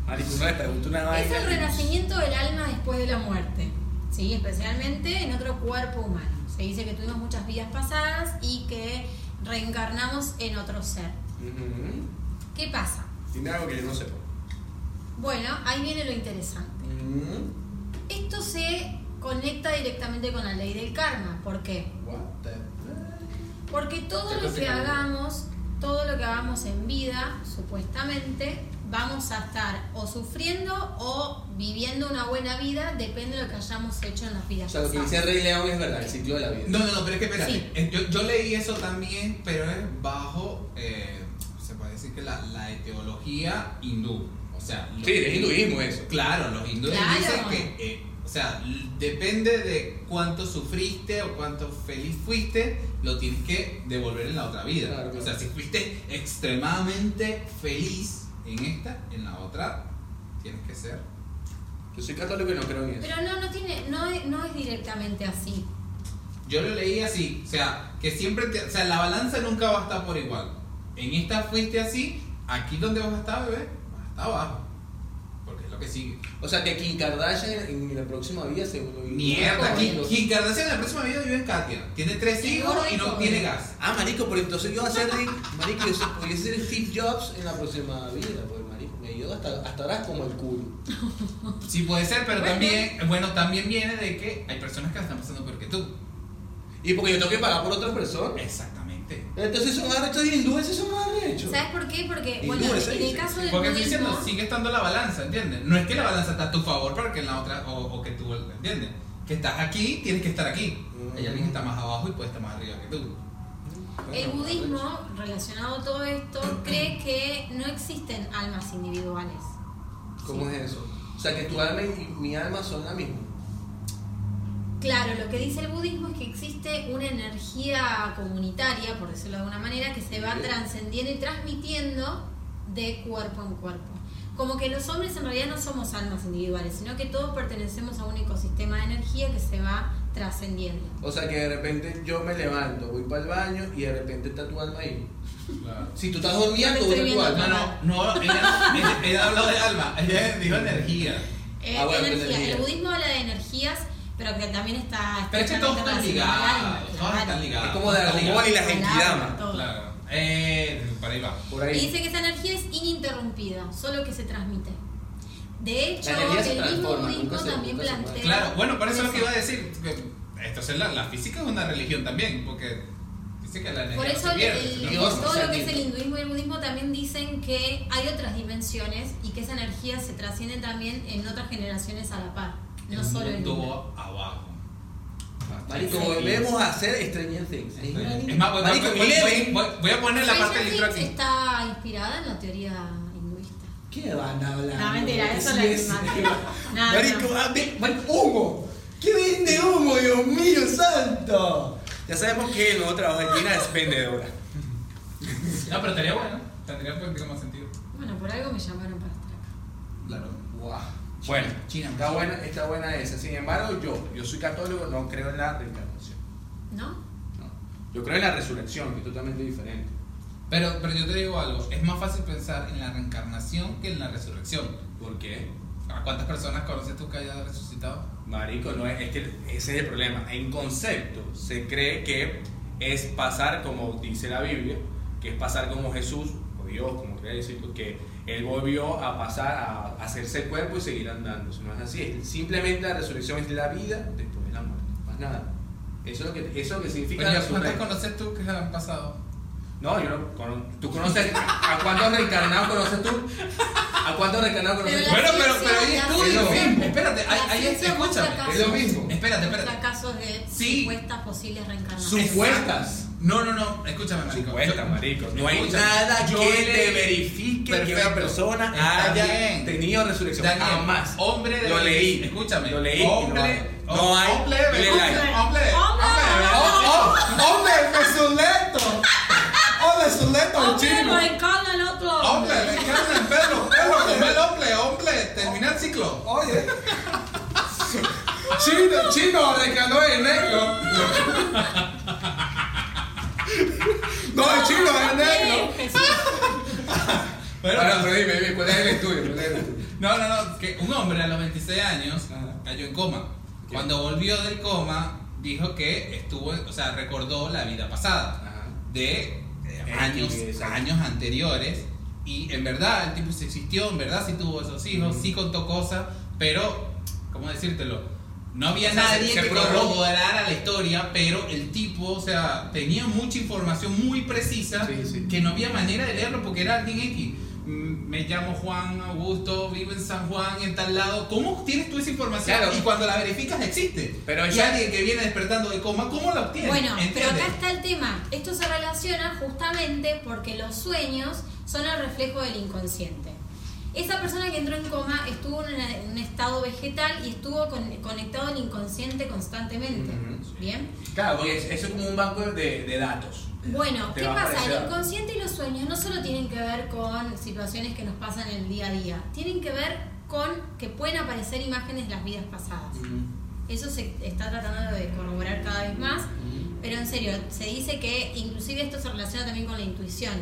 Speaker 2: Marico, una vez pregunté una
Speaker 3: Es
Speaker 2: vaina.
Speaker 3: el renacimiento del alma después de la muerte, ¿sí? especialmente en otro cuerpo humano. Se dice que tuvimos muchas vidas pasadas y que reencarnamos en otro ser.
Speaker 2: Ujú.
Speaker 3: ¿Qué pasa?
Speaker 2: Dime algo que yo no sepa.
Speaker 3: Bueno, ahí viene lo interesante. Esto se conecta directamente con la ley del karma. ¿Por qué?
Speaker 2: What the fuck?
Speaker 3: Porque todo
Speaker 2: Te
Speaker 3: lo que
Speaker 2: clasifican.
Speaker 3: hagamos, todo lo que hagamos en vida, supuestamente, vamos a estar o sufriendo o viviendo una buena vida, depende de lo que hayamos hecho en las
Speaker 2: O
Speaker 3: vidas
Speaker 2: sea, lo que dice
Speaker 3: pasadas.
Speaker 2: Rey León es verdad, el ciclo de la vida.
Speaker 1: No, no, no, pero es que espérate.
Speaker 3: Sí.
Speaker 1: Eh, Yo, yo leí eso también, pero es bajo, eh, se puede decir que la, la etiología hindú. O sea, los-
Speaker 2: Sí, es hinduismo eso.
Speaker 1: Claro, los hindúes
Speaker 3: Claro.
Speaker 1: dicen que, eh, o sea, l- depende de cuánto sufriste o cuánto feliz fuiste, lo tienes que devolver en la otra vida.
Speaker 2: Claro, claro.
Speaker 1: O sea, si fuiste extremadamente feliz en esta, en la otra, tienes que ser.
Speaker 2: Yo soy católico y no creo en eso.
Speaker 3: Pero no, no tiene, no es, no es directamente así.
Speaker 1: Yo lo leí así, o sea, que siempre, te- o sea, la balanza nunca va a estar por igual. En esta fuiste así, aquí donde vas a estar, bebé, vas a estar abajo. Porque es lo que sigue.
Speaker 2: O sea, que Kim Kardashian en la próxima vida se
Speaker 1: Mierda,
Speaker 3: Kim-
Speaker 1: Kim, Kim Kardashian en la próxima vida vive en Katia. Tiene tres
Speaker 3: Sí,
Speaker 1: hijos y no
Speaker 3: gordo.
Speaker 1: tiene gas.
Speaker 2: Ah, marico, pero entonces yo voy a ser de- marico, yo soy- voy a ser Steve Jobs en la próxima vida, porque marico, me dio hasta, hasta ahora como el culo.
Speaker 1: Sí puede ser, pero
Speaker 3: Bueno.
Speaker 1: también, bueno, también viene de que hay personas que la están pasando peor que tú.
Speaker 2: Y porque yo tengo que pagar por otra persona.
Speaker 1: Exactamente.
Speaker 2: Entonces son arrechos y hindúes son arrechos.
Speaker 3: ¿Sabes por qué? Porque,
Speaker 2: Y
Speaker 3: bueno,
Speaker 2: tú, eso
Speaker 3: en el
Speaker 2: dice.
Speaker 3: caso del
Speaker 1: Porque estoy
Speaker 3: budismo,
Speaker 1: diciendo, sigue estando la balanza, ¿entiendes? No es que la balanza está a tu favor para que en la otra, o, o que tú, ¿entiendes? Que estás aquí, tienes que estar aquí.
Speaker 2: Mm.
Speaker 1: Hay alguien que está más abajo y puede estar más arriba que tú.
Speaker 3: el budismo, relacionado a todo esto, cree que no existen almas individuales.
Speaker 2: ¿Cómo es eso? O sea, que tu alma y mi alma son la misma.
Speaker 3: Claro, lo que dice el budismo es que existe una energía comunitaria, por decirlo de alguna manera, que se va
Speaker 2: Bien.
Speaker 3: trascendiendo y transmitiendo de cuerpo en cuerpo. Como que los hombres en realidad no somos almas individuales, sino que todos pertenecemos a un ecosistema de energía que se va trascendiendo.
Speaker 2: O sea, que de repente yo me levanto, voy para el baño y de repente está tu alma ahí. Si tú estás
Speaker 3: Ya me
Speaker 2: durmiendo,
Speaker 3: estoy
Speaker 2: dura tu
Speaker 3: viendo.
Speaker 1: No,
Speaker 2: alma.
Speaker 1: no, no, ella, ella- ella habló de alma, ella dijo energía.
Speaker 3: Eh,
Speaker 2: Ah, bueno,
Speaker 3: energía.
Speaker 2: energía.
Speaker 3: El budismo habla de energías, pero que también está.
Speaker 1: Pero es que todos están
Speaker 3: relacionado al alma,
Speaker 1: ligados, todos
Speaker 3: claro.
Speaker 1: están ligados.
Speaker 2: Es como de
Speaker 1: todos están
Speaker 2: Dragon Ball y la
Speaker 3: Palabra,
Speaker 2: Genkidama.
Speaker 3: todo.
Speaker 1: Claro. Eh, para ahí va.
Speaker 2: Por
Speaker 3: Y
Speaker 2: ahí.
Speaker 3: dice que esa energía es ininterrumpida, solo que se transmite. De hecho,
Speaker 2: La energía se
Speaker 3: el mismo
Speaker 2: transforma,
Speaker 3: budismo
Speaker 2: nunca se-
Speaker 3: también
Speaker 2: nunca se muere.
Speaker 3: plantea.
Speaker 1: Claro, bueno, por eso es lo que iba a decir. que Esto es la, la física es una religión también, porque dice que la energía
Speaker 3: Por
Speaker 1: no
Speaker 3: eso
Speaker 1: se
Speaker 3: el-
Speaker 1: pierde,
Speaker 3: el-
Speaker 1: se transforma.
Speaker 2: Dios, o
Speaker 3: todo
Speaker 2: sea,
Speaker 3: lo que
Speaker 2: que-
Speaker 3: es el hinduismo y el budismo también dicen que hay otras dimensiones y que esa energía se trasciende también en otras generaciones a la par, no
Speaker 1: El
Speaker 3: solo en
Speaker 1: mundo
Speaker 3: una.
Speaker 1: abajo.
Speaker 2: Marico,
Speaker 1: Sí.
Speaker 2: volvemos a hacer Stranger Things.
Speaker 1: Es más, voy,
Speaker 2: Marico,
Speaker 1: voy- voy-
Speaker 2: Eleven.
Speaker 1: voy- voy a poner la parte del
Speaker 3: Stranger
Speaker 1: libro
Speaker 3: Things
Speaker 1: aquí.
Speaker 3: está inspirada en la teoría hinduista.
Speaker 2: ¿Qué van a hablar?
Speaker 3: No, mentira, eso la
Speaker 2: es-
Speaker 3: inventé. Nada,
Speaker 2: Marico,
Speaker 3: no.
Speaker 2: ah, ve- marico, humo. ¿Qué vende humo, Dios mío, santo? Ya sabemos que el nuevo trabajo de Gina es vendedora.
Speaker 1: No, Ah, pero estaría bueno. Tendría un poquito más sentido.
Speaker 3: Bueno, por algo me llamaron para estar acá.
Speaker 1: Claro.
Speaker 2: Guau. Bueno,
Speaker 1: China.
Speaker 2: está buena, está buena esa. Sin embargo, yo, yo soy católico, no creo en la reencarnación.
Speaker 3: ¿No?
Speaker 2: No. Yo creo en la resurrección, que es totalmente diferente.
Speaker 1: Pero, pero yo te digo algo, es más fácil pensar en la reencarnación que en la resurrección.
Speaker 2: ¿Por qué?
Speaker 1: ¿A cuántas personas conoces tú que hayas resucitado?
Speaker 2: Marico, no es, es que ese es el problema. En concepto, se cree que es pasar como dice la Biblia, que es pasar como Jesús o Dios, como quería decir, tú, que él volvió a pasar a hacerse el cuerpo y seguir andando. Eso no es así. Es- simplemente la resurrección es la vida después de la muerte. Más nada. Eso es lo que, eso es (laughs) lo que significa
Speaker 1: Pero ya,
Speaker 2: la
Speaker 1: Pues, ¿Cuántas
Speaker 2: resurrección.
Speaker 1: conoces tú que han pasado?
Speaker 2: No, yo no. cono- ¿Tú conoces a cuántos reencarnados conoces tú? ¿A cuántos reencarnados conoces tú?
Speaker 1: Bueno, pero- pero ahí
Speaker 3: la
Speaker 1: estudio,
Speaker 3: ciencia-
Speaker 1: mismo. Espérate, ahí-
Speaker 3: la
Speaker 1: ahí
Speaker 3: ciencia
Speaker 1: es-
Speaker 3: busca
Speaker 1: escúchame,
Speaker 3: casos-
Speaker 2: es lo mismo.
Speaker 1: Espérate,
Speaker 3: busca
Speaker 1: espérate.
Speaker 3: casos de
Speaker 1: Sí.
Speaker 3: supuestas posibles reencarnaciones.
Speaker 2: Supuestas.
Speaker 1: No, no, no, escúchame, marico.
Speaker 2: Supuesta,
Speaker 1: Yo-
Speaker 2: marico. No hay
Speaker 1: escucha,
Speaker 2: nada
Speaker 1: yo
Speaker 2: que
Speaker 1: le-
Speaker 2: te verifique que
Speaker 1: Perfecto.
Speaker 2: una persona
Speaker 1: Está
Speaker 2: haya
Speaker 1: bien.
Speaker 2: tenido resurrección.
Speaker 1: Daniel,
Speaker 2: Jamás.
Speaker 1: Hombre de
Speaker 2: Ah, Lo leí.
Speaker 1: Escúchame.
Speaker 2: Lo leí y no
Speaker 1: Hombre. oh,
Speaker 2: hay. No hay.
Speaker 1: Hombre.
Speaker 2: Le
Speaker 1: Hombre.
Speaker 2: like.
Speaker 1: Hombre. Oh,
Speaker 3: Hombre.
Speaker 1: Hombre.
Speaker 5: ¡Hombre, Mesuleto! ¡Hombre, Mesuleto,
Speaker 3: Hombre, lo
Speaker 5: chino!
Speaker 3: encarna el otro
Speaker 1: Hombre.
Speaker 3: hombre.
Speaker 1: Me encantan, Pedro. Pedro, come el hombre. Hombre. Termina el ciclo. (laughs)
Speaker 5: Oye. Chino, chino, reencarnó en negro. No, el chino es negro.
Speaker 3: Jesús.
Speaker 1: Pero-
Speaker 5: Ahora, pero dime, dime, ¿cuál es el estudio? ¿Cuál es el estudio?
Speaker 1: No, no, no, que un hombre a los 26 años
Speaker 2: Ah.
Speaker 5: Ajá.
Speaker 1: cayó en coma.
Speaker 5: Ok.
Speaker 1: Cuando volvió del coma, dijo que estuvo, o sea, recordó la vida pasada
Speaker 2: Ajá.
Speaker 1: de eh,
Speaker 2: Eh,
Speaker 1: años,
Speaker 2: sí, exacto.
Speaker 1: años anteriores. Y en verdad, el tipo se existió, en verdad sí tuvo esos hijos,
Speaker 2: Ujú.
Speaker 1: sí contó cosas, pero, ¿cómo decírtelo? No había
Speaker 2: O sea,
Speaker 1: nadie
Speaker 2: se- se
Speaker 1: que
Speaker 2: probó.
Speaker 1: corroborara la historia, pero el tipo, o sea, tenía mucha información muy precisa
Speaker 2: Sí, sí.
Speaker 1: que no había manera de leerlo porque era alguien X. Mm, Me llamo Juan Augusto, vivo en San Juan, en tal lado. ¿Cómo tienes tú esa información?
Speaker 2: Claro.
Speaker 1: Y cuando la verificas existe.
Speaker 2: Pero
Speaker 1: y
Speaker 2: ya-
Speaker 1: alguien que viene despertando de coma, ¿cómo la obtienes?
Speaker 3: Bueno, pero
Speaker 1: ¿Entiendes?
Speaker 3: acá está el tema. Esto se relaciona justamente porque los sueños son el reflejo del inconsciente. Esa persona que entró en coma estuvo en una- en un estado vegetal y estuvo con- conectado al inconsciente constantemente.
Speaker 2: Ujú.
Speaker 3: ¿Bien?
Speaker 2: Claro, porque es- eso es como un banco de, de datos.
Speaker 3: Bueno,
Speaker 2: Te
Speaker 3: ¿qué
Speaker 2: va a
Speaker 3: pasa?
Speaker 2: aparecer.
Speaker 3: El inconsciente y los sueños no solo tienen que ver con situaciones que nos pasan en el día a día, tienen que ver con que pueden aparecer imágenes de las vidas pasadas. Eso se está tratando de corroborar cada vez más, pero en serio, se dice que inclusive esto se relaciona también con la intuición.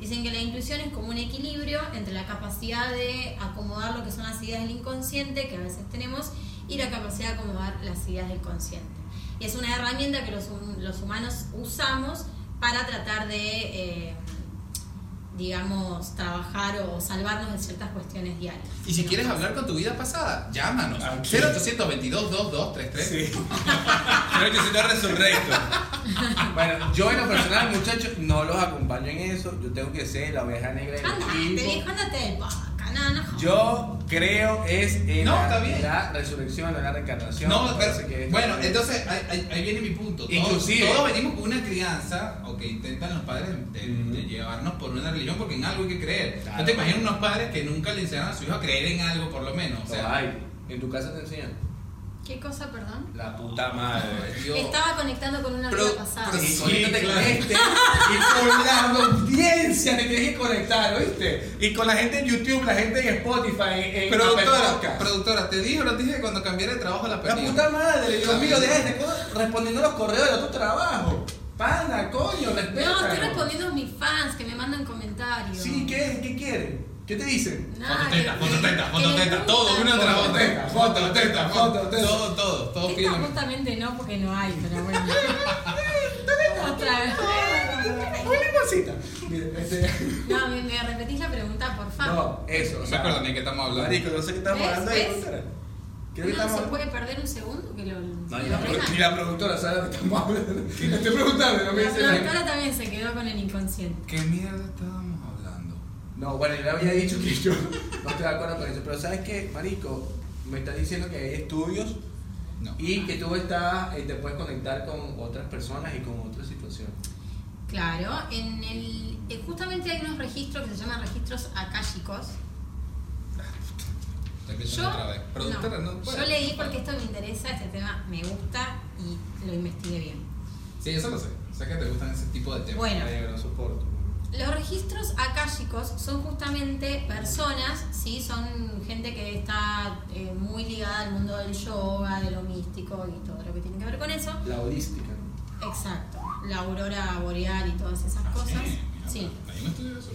Speaker 3: Dicen que la intuición es como un equilibrio entre la capacidad de acomodar lo que son las ideas del inconsciente, que a veces tenemos, y la capacidad de acomodar las ideas del consciente. Y es una herramienta que los, hum- los humanos usamos para tratar de eh, digamos, trabajar o salvarnos de ciertas cuestiones diarias.
Speaker 1: Y si quieres hablar con tu vida pasada, llámanos.
Speaker 2: Ah, sí.
Speaker 1: 0822 2233 (laughs)
Speaker 2: Sí.
Speaker 5: Creo que se te ha resurrecto.
Speaker 2: Ah, Bueno, yo en lo personal, muchachos, no los acompaño en eso. Yo tengo que ser la oveja negra del
Speaker 3: Andate, viejo,
Speaker 2: equipo.
Speaker 3: andate del paca, no, no jodas.
Speaker 2: Yo creo es en
Speaker 1: No,
Speaker 2: la,
Speaker 1: está bien.
Speaker 2: la resurrección, en la reencarnación.
Speaker 1: No,
Speaker 2: me
Speaker 1: pero-
Speaker 2: parece que es-
Speaker 1: bueno, entonces ahí, ahí- ahí viene mi punto. Todos,
Speaker 2: Inclusive-
Speaker 1: todos venimos con una crianza o que intentan los padres de, de llevarnos por una religión porque en algo hay que creer.
Speaker 2: Claro.
Speaker 1: No te imaginas unos padres que nunca le enseñaron a su hijo a creer en algo por lo menos. O
Speaker 2: No
Speaker 1: sea,
Speaker 2: hay. En tu casa te enseñan.
Speaker 3: ¿Qué cosa, perdón?
Speaker 2: La puta madre.
Speaker 1: yo-
Speaker 3: Estaba conectando con una
Speaker 1: Pero-
Speaker 3: vida pasada.
Speaker 1: pero- Sí,
Speaker 2: conéctate
Speaker 1: claro.
Speaker 2: con este y con la audiencia te tienes que conectar, ¿oíste? Y con la gente en YouTube, la gente en Spotify, en, en Apple
Speaker 1: productora,
Speaker 2: Podcast.
Speaker 1: productora, te dije o no te dije que cuando cambiara de trabajo la
Speaker 2: La
Speaker 1: perdí.
Speaker 2: puta madre, Dios mío, deja de estar respondiendo los correos de tu trabajo. Pana, coño, respeta.
Speaker 3: No, estoy respondiendo a mis fans que me mandan comentarios.
Speaker 2: Sí, ¿qué, qué quieren? ¿Qué te dicen?
Speaker 3: Nada,
Speaker 1: Fototeta,
Speaker 3: que-
Speaker 1: fototeta,
Speaker 3: que
Speaker 1: fototeta,
Speaker 3: les
Speaker 1: todo,
Speaker 3: gusta.
Speaker 1: una
Speaker 2: Fototeta,
Speaker 1: tras otra. Fototeta,
Speaker 2: fototeta.
Speaker 1: fototeta. Todo, todo, todo
Speaker 3: Esta
Speaker 1: pídeme.
Speaker 3: justamente no, porque no hay,
Speaker 2: (laughs)
Speaker 3: pero bueno. Otra vez.
Speaker 2: Una cosita. Mira, este-
Speaker 3: No, me, me repetís la pregunta, por favor.
Speaker 2: No, eh, eso.
Speaker 1: No me acuerdo ni de qué estamos hablando.
Speaker 2: Marico, no sé qué estamos
Speaker 3: ¿Ves?
Speaker 2: hablando de
Speaker 3: ¿Ves?
Speaker 2: productora. Creo que
Speaker 3: No,
Speaker 2: estamos
Speaker 3: se puede perder un segundo que lo.
Speaker 2: No,
Speaker 3: que
Speaker 2: ni
Speaker 3: lo
Speaker 2: la, produ- ni
Speaker 3: retan.
Speaker 2: la productora sabe lo que estamos hablando. Me estoy preguntando, no me
Speaker 3: La
Speaker 2: dice nada.
Speaker 3: productora también se quedó con el inconsciente.
Speaker 1: ¿Qué mierda estábamos hablando?
Speaker 2: No, bueno, yo le había dicho que yo no estoy de acuerdo con eso, pero ¿sabes qué, marico? Me está diciendo que hay estudios
Speaker 1: No.
Speaker 2: y que tú estás, eh, te puedes conectar con otras personas y con otras situaciones.
Speaker 3: Claro, en el, eh, justamente hay unos registros que se llaman registros akáshicos.
Speaker 1: Te pienso
Speaker 3: Yo,
Speaker 1: otra vez. Productora, no,
Speaker 3: no,
Speaker 1: puedo.
Speaker 3: yo leí porque esto me interesa, este tema me gusta y lo investigué bien.
Speaker 1: Sí, eso lo sé. Sé que te gustan ese tipo de temas.
Speaker 3: Bueno,
Speaker 2: Ay, yo no soporto.
Speaker 3: Los registros akáshicos son justamente personas, ¿sí? son gente que está eh, muy ligada al mundo del yoga, de lo místico y todo lo que tiene que ver con eso.
Speaker 2: La holística.
Speaker 3: Exacto, la aurora boreal y todas esas
Speaker 1: Ah,
Speaker 3: cosas.
Speaker 1: mira,
Speaker 3: Sí.
Speaker 1: Hay un estudio de eso.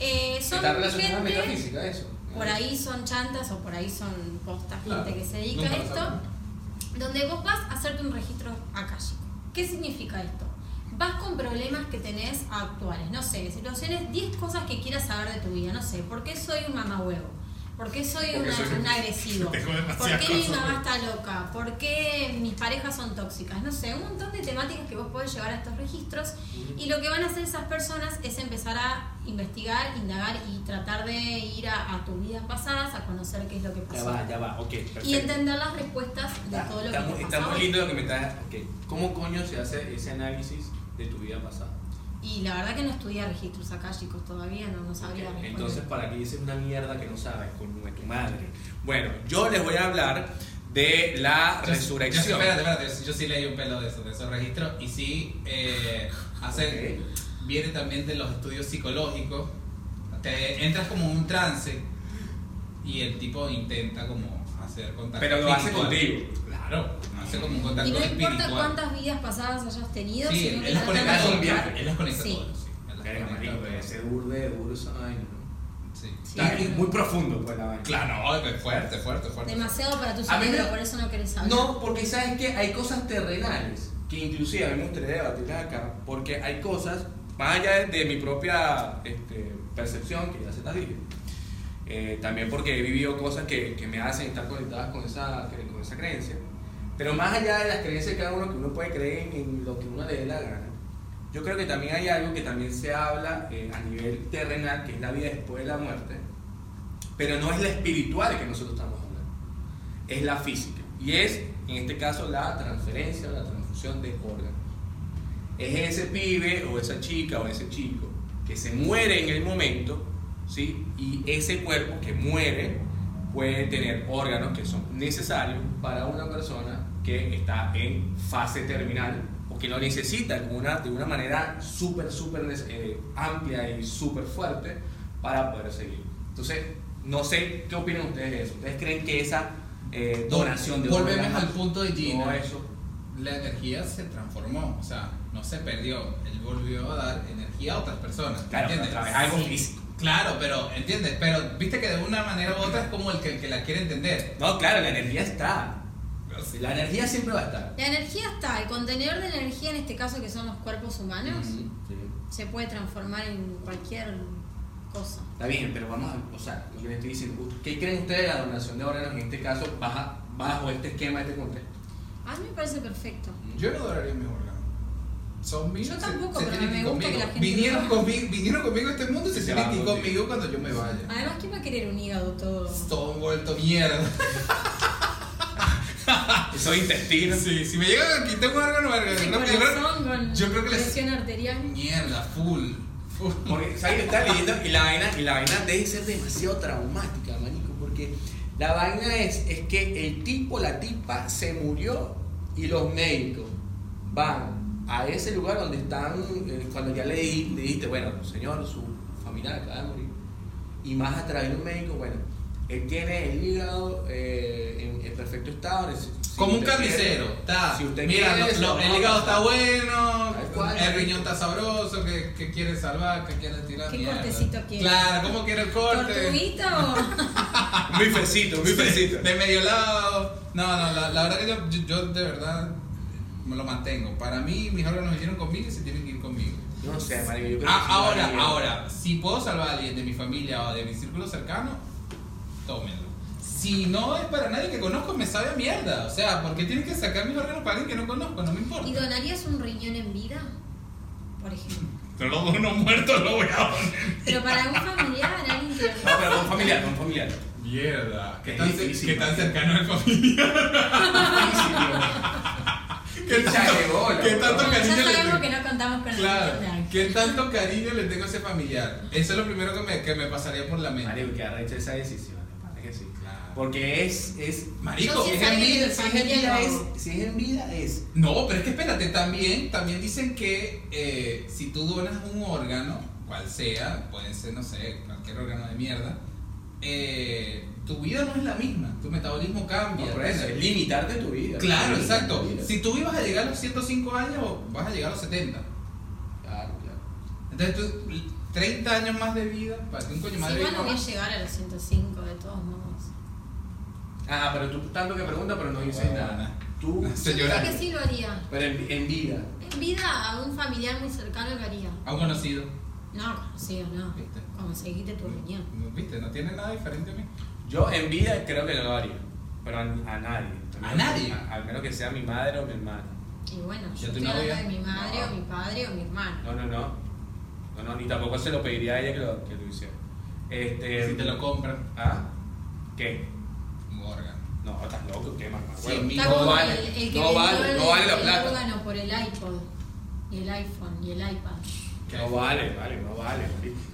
Speaker 3: Eh, son
Speaker 2: Está relacionada a
Speaker 3: gente-
Speaker 2: metafísica, eso.
Speaker 3: por ahí son chantas o por ahí son posta gente
Speaker 1: Claro,
Speaker 3: que se dedica
Speaker 1: nunca
Speaker 3: a
Speaker 1: lo
Speaker 3: esto,
Speaker 1: sabremos.
Speaker 3: donde vos vas a hacerte un registro akáshico. ¿Qué significa esto? Vas con problemas que tenés actuales, no sé, situaciones, 10 cosas que quieras saber de tu vida, no sé, ¿por qué soy un mamahuevo? ¿Por qué soy,
Speaker 5: Porque
Speaker 3: una-
Speaker 5: soy un-
Speaker 3: un agresivo?
Speaker 5: Tengo
Speaker 3: ¿Por
Speaker 5: demasiadas
Speaker 3: qué mi
Speaker 5: cosas.
Speaker 3: mamá está loca? ¿Por qué mis parejas son tóxicas? No sé, un montón de temáticas que vos podés llevar a estos registros y lo que van a hacer esas personas es empezar a investigar, indagar y tratar de ir a, a tus vidas pasadas, a conocer qué es lo que
Speaker 2: Ya
Speaker 3: pasó.
Speaker 2: va, ya va, ok. Perfecto.
Speaker 3: Y entender las respuestas de
Speaker 2: Ya,
Speaker 3: todo lo
Speaker 2: está,
Speaker 3: que
Speaker 2: muy,
Speaker 3: te
Speaker 2: está
Speaker 3: pasó.
Speaker 2: muy lindo lo que me estás. ok. ¿Cómo coño se hace ese análisis de tu vida pasada?
Speaker 3: Y la verdad que no estudié registros acá, chicos, todavía no, no
Speaker 2: Ok,
Speaker 3: sabría responder.
Speaker 2: Entonces, ¿para qué dices una mierda que no sabes con tu madre? Bueno, yo les voy a hablar de la
Speaker 1: Yo-
Speaker 2: resurrección.
Speaker 1: Yo, sí- espérate, espérate. Yo sí leí un pelo de eso, de esos registros. Y sí, eh, hacen. Viene también de los estudios psicológicos. Te entras como en un trance y el tipo intenta como hacer contacto.
Speaker 2: Pero lo hace
Speaker 1: espiritual.
Speaker 2: contigo.
Speaker 1: Claro, hace como un
Speaker 3: y
Speaker 1: contacto
Speaker 3: no
Speaker 1: espiritual.
Speaker 3: importa cuántas vidas pasadas hayas tenido,
Speaker 1: Sí,
Speaker 3: sino que
Speaker 1: él las
Speaker 3: tratas
Speaker 1: conecta
Speaker 3: de
Speaker 1: a todos.
Speaker 3: buscar-
Speaker 1: Él las conecta a
Speaker 3: Sí.
Speaker 1: todos, sí. Él las
Speaker 2: Verga,
Speaker 1: conecta a
Speaker 2: marico,
Speaker 1: todos.
Speaker 2: debe ser burda de duro esa vaina, ¿no?
Speaker 1: Sí.
Speaker 3: Sí.
Speaker 2: Está muy profundo, pues, la vaina.
Speaker 1: Claro, no, fuerte, fuerte, fuerte.
Speaker 3: Demasiado para tu
Speaker 2: A mí me-
Speaker 3: cerebro, por eso no querés saber.
Speaker 2: No, porque sabes que hay cosas terrenales que inclusive a mí me gustaría debatirlas acá, porque hay cosas más allá de, de mi propia este, percepción, que ya se las dije. Eh, también porque he vivido cosas que, que me hacen estar conectadas con esa, con esa creencia. Pero más allá de las creencias de cada uno que uno puede creer en, en lo que uno le dé la gana, yo creo que también hay algo que también se habla eh, a nivel terrenal, que es la vida después de la muerte, pero no es la espiritual que nosotros estamos hablando es la física. Y es, en este caso, la transferencia o la transfusión de órganos. Es ese pibe o esa chica o ese chico que se muere en el momento, ¿sí? Y ese cuerpo que muere puede tener órganos que son necesarios para una persona que está en fase terminal o que lo necesita con una- de una manera súper, súper eh, amplia y súper fuerte para poder seguir. Entonces, no sé qué opinan ustedes de eso. ¿Ustedes creen que esa eh, donación de
Speaker 1: Volvemos
Speaker 2: órganos,
Speaker 1: al punto de Gina.
Speaker 2: todo eso,
Speaker 1: La energía se transformó, o sea, no se perdió. Él volvió a dar energía a otras personas.
Speaker 2: claro, pero
Speaker 1: ¿entiendes?
Speaker 2: a través de algo físico?
Speaker 1: Claro, pero, ¿entiendes? Pero viste que de una manera u otra es como el que, el que la quiere entender.
Speaker 2: No, claro, la energía está.
Speaker 1: Pero sí.
Speaker 2: La energía siempre va a estar.
Speaker 3: La energía está, el contenedor de energía en este caso que son los cuerpos humanos,
Speaker 2: Ujú, sí.
Speaker 3: se puede transformar en cualquier cosa.
Speaker 2: Está bien, pero vamos a, o sea, lo que le estoy diciendo, ¿qué creen ustedes de la donación de órganos en este caso baja, bajo este esquema, este contexto?
Speaker 3: A mí me parece perfecto.
Speaker 1: Yo no donaría mis órganos. Son míos.
Speaker 3: Yo
Speaker 1: se-
Speaker 3: tampoco,
Speaker 1: se
Speaker 3: pero
Speaker 1: tienen
Speaker 3: me gusta que la gente
Speaker 1: Vinieron
Speaker 3: lo haga.
Speaker 1: conmigo, vinieron conmigo a este mundo y se
Speaker 2: Ya,
Speaker 1: tienen que ir
Speaker 2: contigo.
Speaker 1: conmigo cuando yo me vaya.
Speaker 3: Además, ¿quién va a querer un hígado todo?
Speaker 1: Son vuelto mierda.
Speaker 2: Ah, Eso intestino.
Speaker 1: Sí, si me llegan aquí tengo un órgano, verga.
Speaker 3: Ese
Speaker 1: no, yo, creo,
Speaker 3: corazón con
Speaker 1: yo creo que les-
Speaker 3: presión arterial.
Speaker 1: Mierda, full. full.
Speaker 2: Porque, ¿sabes que estaba leyendo? Y la vaina, y la vaina debe ser demasiado traumática, manico, porque la vaina es, es que el tipo, la tipa, se murió y los médicos van a ese lugar donde están, eh, cuando ya le, di- le dijiste, bueno, señor, su familia acaba de morir, y más a través de un médico, bueno, él tiene el hígado eh, en, en perfecto estado. neces- si
Speaker 1: Como un
Speaker 2: usted quiere-
Speaker 1: carnicero. Está.
Speaker 2: si usted
Speaker 1: Mira,
Speaker 2: quiere,
Speaker 1: lo-
Speaker 2: se
Speaker 1: lo-
Speaker 2: lo
Speaker 1: el
Speaker 2: vamos
Speaker 1: hígado
Speaker 2: a
Speaker 1: está
Speaker 2: pasar.
Speaker 1: bueno,
Speaker 2: Tal cual.
Speaker 1: el riñón está sabroso, que, que quiere salvar, que quiere tirar.
Speaker 3: ¿Qué
Speaker 1: mierda.
Speaker 3: cortecito quiere?
Speaker 1: Claro, ¿cómo quiere el corte?
Speaker 2: (laughs)
Speaker 3: ¿Tortuguita o.?
Speaker 2: Un bifecito, un bifecito.
Speaker 1: De medio lado. No, no, la, la verdad que yo, yo, yo de verdad me lo mantengo. Para mí, mis órganos vinieron conmigo y se tienen que ir conmigo.
Speaker 2: No sé, marico, yo creo
Speaker 1: Ah,
Speaker 2: que sí
Speaker 1: ahora,
Speaker 2: varía.
Speaker 1: ahora, si puedo salvar a alguien de mi familia o de mi círculo cercano, tómenlo. Si no es para nadie que conozco, me sabe a mierda. O sea, ¿por qué tienen que sacar mis órganos para alguien que no conozco? No me importa.
Speaker 3: ¿Y donarías un riñón en vida? Por ejemplo.
Speaker 1: Pero uno muerto lo voy a donar.
Speaker 3: Pero para algún familiar, alguien que.
Speaker 2: No, pero con familiar, con familiar.
Speaker 1: Mierda. ¿Qué
Speaker 2: Es
Speaker 1: tan,
Speaker 2: difícil,
Speaker 1: qué tan
Speaker 2: marico.
Speaker 1: cercano es el familia? ¿Qué
Speaker 2: Ya llegó, la
Speaker 1: qué
Speaker 2: verdad.
Speaker 1: tanto
Speaker 3: Bueno,
Speaker 1: cariño
Speaker 3: ya
Speaker 1: le tengo?
Speaker 3: sabemos que no contamos con
Speaker 1: Claro,
Speaker 3: el riñón.
Speaker 1: ¿qué tanto cariño le tengo a ese familiar? Eso es lo primero que me, que me pasaría por la mente.
Speaker 2: Marico, que arrecha esa decisión, de pana que sí.
Speaker 1: Claro.
Speaker 2: Porque es, es.
Speaker 1: Marico,
Speaker 3: Yo sí
Speaker 1: es
Speaker 3: sabía
Speaker 1: en
Speaker 3: que
Speaker 1: vida,
Speaker 3: mi
Speaker 1: sí es en
Speaker 3: familia
Speaker 1: vida,
Speaker 3: lo-
Speaker 1: es-
Speaker 2: Si es en vida, es.
Speaker 1: No, pero es que espérate, también, también dicen que eh, si tú donas un órgano, cual sea, puede ser, no sé, cualquier órgano de mierda, eh, tu vida no es la misma, tu metabolismo cambia.
Speaker 2: No, por eso, es limitarte tu vida.
Speaker 1: Ah, Claro,
Speaker 2: Limitarte
Speaker 1: exacto.
Speaker 2: tu vida.
Speaker 1: Si tú ibas a llegar a los 105 años, vas a llegar a los 70.
Speaker 2: Claro, claro.
Speaker 1: Entonces tú, 30 años más de vida, para ti un coño más
Speaker 3: Sí,
Speaker 1: de vida.
Speaker 3: igual
Speaker 1: (laughs)
Speaker 3: no voy a llegar a los 105, de todos modos.
Speaker 2: Ah, pero tú tanto que preguntas, pero no dices
Speaker 1: Ah,
Speaker 2: nada.
Speaker 1: nada.
Speaker 2: Tú.
Speaker 1: Se
Speaker 3: Yo
Speaker 1: llora.
Speaker 3: creo que sí lo haría.
Speaker 2: Pero en, en vida.
Speaker 3: En vida a un familiar muy cercano lo haría.
Speaker 1: A un conocido.
Speaker 3: No, conocido, no.
Speaker 1: ¿Viste?
Speaker 3: Conseguiste tu riñón.
Speaker 1: No, ¿Viste? No tiene nada diferente a mí.
Speaker 2: Yo en vida creo que no lo haría. Pero a, a nadie.
Speaker 1: ¿A nadie?
Speaker 2: A- al menos que sea mi madre o mi hermano.
Speaker 3: Y bueno,
Speaker 1: ¿Ya
Speaker 3: yo
Speaker 1: tu
Speaker 3: estoy hablando
Speaker 1: novia?
Speaker 3: de mi madre
Speaker 2: No.
Speaker 3: o mi padre o mi hermano.
Speaker 2: No, no, no. No, no, ni tampoco se lo pediría a ella que lo, que lo hiciera. Este.
Speaker 1: Si te lo compran,
Speaker 2: ¿Ah? ¿Qué?
Speaker 1: un órgano.
Speaker 2: No, estás loco, qué más.
Speaker 1: Sí,
Speaker 2: Bueno,
Speaker 1: mi-
Speaker 3: Está
Speaker 1: no
Speaker 3: como
Speaker 2: vale,
Speaker 3: el, el que
Speaker 2: no
Speaker 3: vendió
Speaker 2: vale,
Speaker 3: el,
Speaker 2: no vale la
Speaker 3: el
Speaker 2: plata.
Speaker 3: órgano por el iPod, y el iPhone, y el iPad.
Speaker 2: No vale, vale, no vale.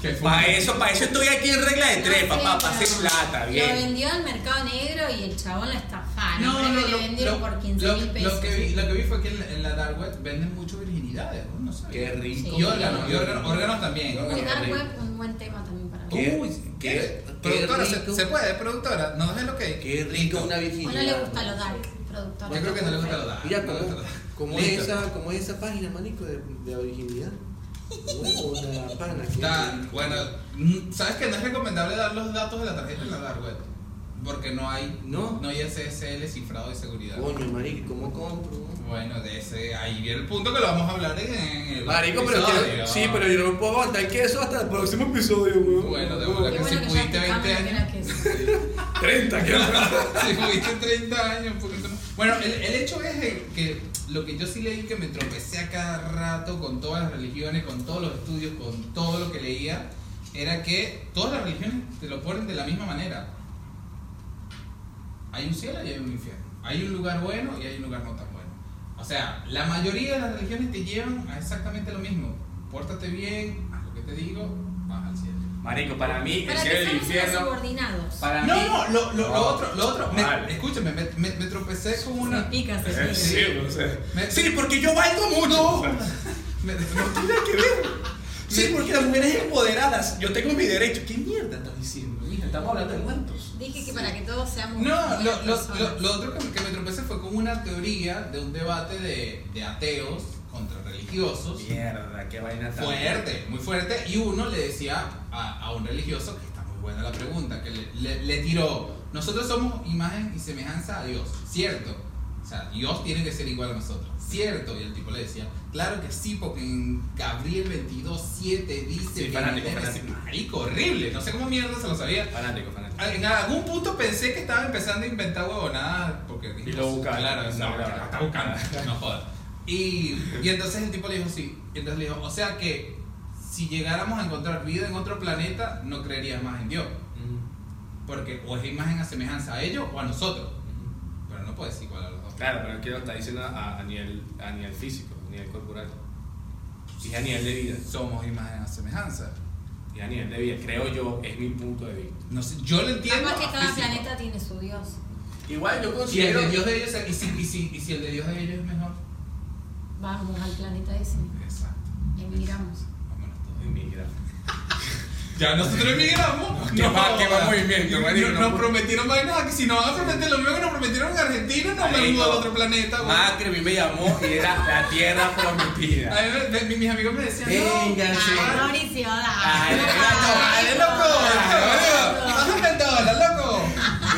Speaker 1: Que fue-
Speaker 2: Para eso, para eso estoy aquí en regla de tres,
Speaker 3: No,
Speaker 2: papá,
Speaker 3: sí,
Speaker 2: para hacer
Speaker 3: no.
Speaker 2: plata,
Speaker 3: Lo
Speaker 2: bien.
Speaker 3: vendió al mercado negro y el chabón lo estafaron.
Speaker 1: No, no,
Speaker 3: Creo que
Speaker 1: lo,
Speaker 3: le
Speaker 1: lo-
Speaker 3: vendieron por 15 mil
Speaker 1: lo-
Speaker 3: pesos.
Speaker 1: lo que vi, lo que vi fue que en la, en la dark web venden mucho virginidades, ¿no? no sabía.
Speaker 2: Qué rico.
Speaker 3: Sí.
Speaker 1: Y órganos, y órganos, órganos también.
Speaker 3: Uy,
Speaker 1: órganos
Speaker 3: Dark
Speaker 1: también.
Speaker 3: Web, un buen tema también para mí.
Speaker 2: Qué-
Speaker 1: Uy,
Speaker 2: qué-
Speaker 1: ¿qué?
Speaker 2: qué
Speaker 1: productora, se,
Speaker 2: rico.
Speaker 1: se puede, productora, no dejes lo que
Speaker 2: Qué rico una
Speaker 3: ¿O
Speaker 2: virginidad.
Speaker 3: no le gusta lo dark, productora?
Speaker 1: Yo creo que no le gusta lo dark.
Speaker 2: Mira,
Speaker 1: no le gusta
Speaker 2: ¿cómo,
Speaker 1: lo dark.
Speaker 2: cómo es
Speaker 1: Listo.
Speaker 2: esa, cómo es esa página, manico, de, de la (laughs) virginidad? Una pana. que-
Speaker 1: Está- bueno, mm, sabes que no es recomendable dar los datos de la tarjeta en la dark web. Porque no hay,
Speaker 2: No.
Speaker 1: no hay SSL cifrado de seguridad.
Speaker 2: Coño, marico, ¿cómo compro?
Speaker 1: Bueno, de ese, ahí viene el punto que lo vamos a hablar en, en el
Speaker 2: Marico, pero quiero,
Speaker 1: episodio.
Speaker 2: sí, pero yo no me puedo aguantar queso hasta el próximo episodio, weón.
Speaker 1: Bueno, de bola.
Speaker 3: Qué
Speaker 1: que si
Speaker 3: bueno que ya
Speaker 1: pudiste
Speaker 3: te
Speaker 1: 20
Speaker 3: cámara, que
Speaker 1: años.
Speaker 3: era que sí.
Speaker 1: (laughs)
Speaker 2: 30, que
Speaker 1: Si fuiste 30 años, un poquito más. Bueno, el, el hecho es de que lo que yo sí leí que me tropecé a cada rato con todas las religiones, con todos los estudios, con todo lo que leía, era que todas las religiones te lo ponen de la misma manera. Hay un cielo y hay un infierno. Hay un lugar bueno y hay un lugar no tan bueno. O sea, la mayoría de las religiones te llevan a exactamente lo mismo. Pórtate bien, haz lo que te digo, vas al cielo.
Speaker 2: (laughs) Marico, para mí, el
Speaker 3: Para
Speaker 2: cielo y
Speaker 3: que
Speaker 2: el
Speaker 3: seamos
Speaker 2: infierno.
Speaker 3: subordinados.
Speaker 2: Para
Speaker 1: No,
Speaker 2: mí.
Speaker 1: no, lo, lo- lo otro, lo otro. me-
Speaker 2: Vale.
Speaker 1: escúchame, me, me- me tropecé con una.
Speaker 3: Se pica, se
Speaker 2: Eh, (laughs)
Speaker 3: pica.
Speaker 2: Sí, o sea,
Speaker 1: Me-
Speaker 2: sí, porque yo valgo mucho.
Speaker 1: Me-
Speaker 2: Sí, porque las mujeres empoderadas. Yo tengo mi derecho. ¿Qué mierda estás diciendo, mija? Estamos hablando de cuentos.
Speaker 3: Dije que para que todos seamos
Speaker 1: No,
Speaker 3: buenas
Speaker 1: lo, lo-
Speaker 3: personas.
Speaker 1: lo- lo otro que, me- que me tropecé fue con una teoría de un debate de, de ateos contra religiosos.
Speaker 2: Mierda, qué vaina tan.
Speaker 1: Fuerte, muy fuerte. Y uno le decía a, a un religioso, que está muy buena la pregunta, que le, le- le tiró, nosotros somos imagen y semejanza a Dios, ¿cierto? O sea, Dios tiene que ser igual a nosotros. Cierto, y el tipo le decía, claro que sí, porque en Gabriel 22, 7 dice
Speaker 5: Sí,
Speaker 1: que
Speaker 5: fanático,
Speaker 1: mi nene es
Speaker 5: fanático.
Speaker 1: marico, horrible. No sé cómo mierda se lo sabía.
Speaker 5: Fanático, fanático.
Speaker 1: En algún punto pensé que estaba empezando a inventar huevonadas porque
Speaker 5: Y lo buscaba.
Speaker 1: Claro, no, claro,
Speaker 5: No, no, no.
Speaker 1: está buscando,
Speaker 5: (laughs)
Speaker 1: no jodas. Y, y entonces el tipo le dijo sí. Y entonces le dijo, o sea que si llegáramos a encontrar vida en otro planeta, no creerías más en
Speaker 2: Ah.
Speaker 1: Dios.
Speaker 5: Mm,
Speaker 1: Porque o es imagen a semejanza a ellos o a nosotros. Pero no puedes igual a los dos.
Speaker 5: mm. Claro, pero es que lo está diciendo a, a nivel, a nivel físico, a nivel corporal. Y a nivel de vida.
Speaker 1: Somos imagen a semejanza.
Speaker 5: Y a nivel de vida, creo yo, es mi punto de vista.
Speaker 1: No sé, yo lo entiendo.
Speaker 3: Capaz que
Speaker 1: a
Speaker 3: cada
Speaker 1: físico.
Speaker 3: planeta tiene su dios.
Speaker 5: Igual
Speaker 1: Y
Speaker 5: yo
Speaker 1: el
Speaker 5: considero.
Speaker 1: de Dios de ellos, y si, y si- y si el de Dios de ellos es mejor.
Speaker 3: Vamos al planeta ese.
Speaker 1: Exacto.
Speaker 3: Emigramos.
Speaker 1: Vámonos todos.
Speaker 5: Emigra.
Speaker 1: Ya nosotros emigramos.
Speaker 2: Qué va- qué va movimiento, marico, no
Speaker 1: Nos, nos
Speaker 2: pu-
Speaker 1: prometieron más nada. Que si nos van a prometer lo mismo que nos prometieron en Argentina, nos
Speaker 5: Marico.
Speaker 1: me mudo al otro planeta. güey.
Speaker 5: Macri a mí me llamó y era la tierra
Speaker 1: A
Speaker 5: prometida.
Speaker 1: mí me- de- mis amigos me decían, no,
Speaker 5: Venga, sí.
Speaker 3: Ay, Mauricio, dale.
Speaker 5: Ay,
Speaker 1: dale,
Speaker 3: Ay,
Speaker 1: loco,
Speaker 5: Ay,
Speaker 1: dale, baja el dólar, loco.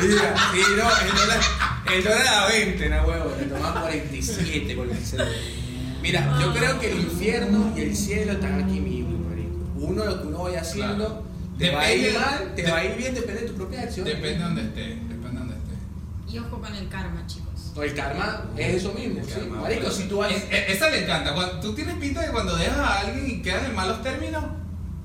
Speaker 5: Mira, sí, no, el dólar, el dólar a 20, no huevo, le tomaba 47 con la excelente. Mira, yo creo que el infierno y el cielo están aquí mismo, marico. Uno lo que uno vaya haciendo,
Speaker 1: Claro.
Speaker 5: te va a ir
Speaker 1: Depende-
Speaker 5: mal, te
Speaker 1: de-
Speaker 5: va a ir bien, depende de tu propia acción.
Speaker 1: Depende de donde esté, depende de donde esté.
Speaker 3: Y ojo con el karma, chicos.
Speaker 5: O el karma es eso mismo,
Speaker 1: El
Speaker 5: sí.
Speaker 1: karma,
Speaker 5: Marico,
Speaker 1: bueno.
Speaker 5: si tú vas.
Speaker 1: Es- es- Esa le encanta. Cuando, tú tienes pinta de que cuando dejas a alguien y quedas en malos términos,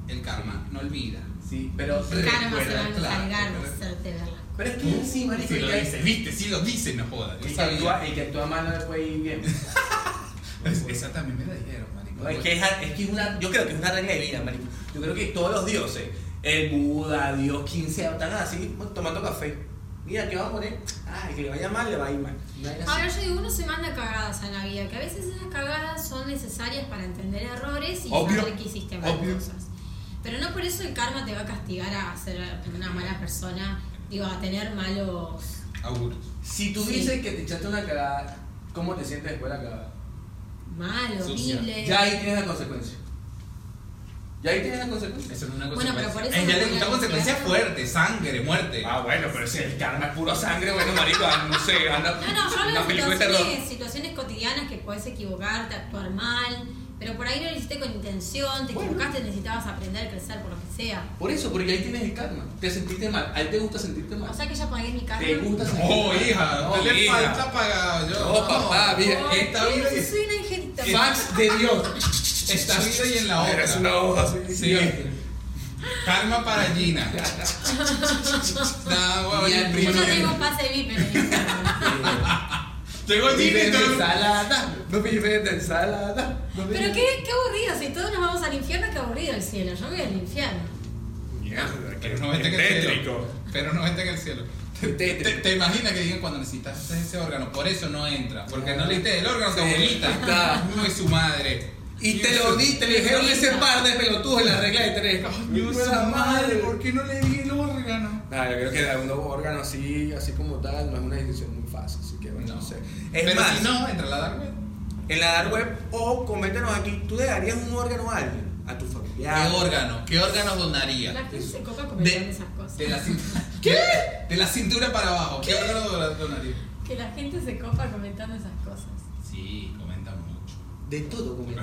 Speaker 1: el karma, no olvida.
Speaker 5: Sí, pero.
Speaker 1: Recuerda,
Speaker 3: Karma se va a
Speaker 1: claro,
Speaker 3: encargar de
Speaker 1: recuerda.
Speaker 3: hacerte verla.
Speaker 5: Pero es que sí, marico,
Speaker 1: Si
Speaker 5: el
Speaker 1: lo
Speaker 5: que-
Speaker 1: dice, viste, si lo dice, no jodas. Yo
Speaker 5: el que
Speaker 1: sabía.
Speaker 5: actúa- el que actúa mal no le puede ir bien.
Speaker 1: Es- esa también me la dijeron, marico.
Speaker 5: No, es, que es, es que es una, yo creo que es una regla de vida, marico. Yo creo que todos los dioses, el Buda, Dios 15, están así tomando café. Mira, ¿qué va a poner? Ah, el que le vaya mal, le va a ir mal. Una vaina así.
Speaker 3: Ahora yo digo, uno se manda cagadas en la vida, que a veces esas cagadas son necesarias para entender errores y
Speaker 2: Obvio,
Speaker 3: saber que hiciste mal
Speaker 2: obvio.
Speaker 3: cosas. Pero no por eso el karma te va a castigar a ser una mala persona, digo, a tener malos...
Speaker 1: Auguros.
Speaker 5: Si tú
Speaker 3: Sí.
Speaker 5: dices que te echaste una cagada, ¿cómo te sientes después de la cagada?
Speaker 3: Mal,
Speaker 1: Sucia.
Speaker 3: horrible.
Speaker 5: Ya ahí tienes la consecuencia. Ya ahí tienes la consecuencia.
Speaker 1: Eso no es una
Speaker 3: Bueno,
Speaker 1: consecuencia.
Speaker 3: pero por eso
Speaker 1: Eh,
Speaker 3: no
Speaker 1: ya le
Speaker 3: voy a
Speaker 1: gustó
Speaker 3: denunciar.
Speaker 1: consecuencia fuerte, sangre, muerte.
Speaker 5: Ah, bueno, pero si el karma es puro sangre, bueno, marico, no sé, anda.
Speaker 3: No, no, yo hablo de situaciones, situaciones cotidianas que puedes equivocarte, actuar mal, pero por ahí no lo hiciste con intención, te
Speaker 5: Bueno.
Speaker 3: equivocaste, necesitabas aprender, crecer, por lo que sea.
Speaker 5: Por eso, porque ahí tienes el karma. Te sentiste mal. A él te gusta sentirte mal.
Speaker 3: O sea que ya pagué mi karma.
Speaker 5: ¿Te gusta sentirte
Speaker 1: Oh,
Speaker 5: mal?
Speaker 1: hija,
Speaker 5: No,
Speaker 1: no, le
Speaker 5: hija.
Speaker 1: falta pagar. Yo,
Speaker 5: No, papá, mira,
Speaker 3: Ay,
Speaker 1: esta vida
Speaker 3: sí,
Speaker 1: es-
Speaker 3: soy una ingenita.
Speaker 1: Fax de Dios. Esta vida y en la otra.
Speaker 5: Eres una hoja sin
Speaker 1: Sí.
Speaker 5: dientes.
Speaker 1: Calma para Gina. Nah, güey,
Speaker 5: Y al
Speaker 1: primo
Speaker 3: Yo no
Speaker 1: de-
Speaker 3: tengo pase VIP en el Instagram.
Speaker 1: Llegó Gina y
Speaker 5: Vive de
Speaker 1: todo-
Speaker 5: ensalada, no vive de ensalada. no vive-
Speaker 3: Pero qué, qué aburrido, si todos nos vamos al infierno, qué aburrido el cielo. Yo voy al infierno.
Speaker 2: Mierda,
Speaker 1: Pero no vete en el cielo. Pero no vete en el cielo.
Speaker 5: Qué
Speaker 1: Te,
Speaker 5: tétrico.
Speaker 1: te imaginas que digan cuando necesitas ese órgano, por eso no entra, porque no le diste el órgano a tu
Speaker 5: Ah. Sí.
Speaker 1: abuelita,
Speaker 5: Está.
Speaker 1: no es su madre.
Speaker 2: Y te lo di, te lo dijeron ese par de pelotudos en la regla de tres.
Speaker 1: Yo esa madre, ¿por qué no le di el órgano?
Speaker 5: Nah, yo creo que dar un órgano así, así como tal, no es una decisión muy fácil, así que bueno, no,
Speaker 1: No.
Speaker 5: sé. Es
Speaker 1: Pero
Speaker 5: más,
Speaker 1: si no, entra la dark web.
Speaker 5: en la dark web, o coméntanos aquí, ¿tú le darías un órgano a alguien? A tu familia.
Speaker 1: ¿Qué órgano? ¿Qué órgano donaría?
Speaker 3: La gente se copa comentando esas cosas.
Speaker 1: De la cintura. ¿Qué? De la cintura para abajo. ¿Qué, órgano do- donaría?
Speaker 3: Que la gente se copa comentando esas cosas.
Speaker 1: Sí, comenta mucho.
Speaker 5: De todo, comenta.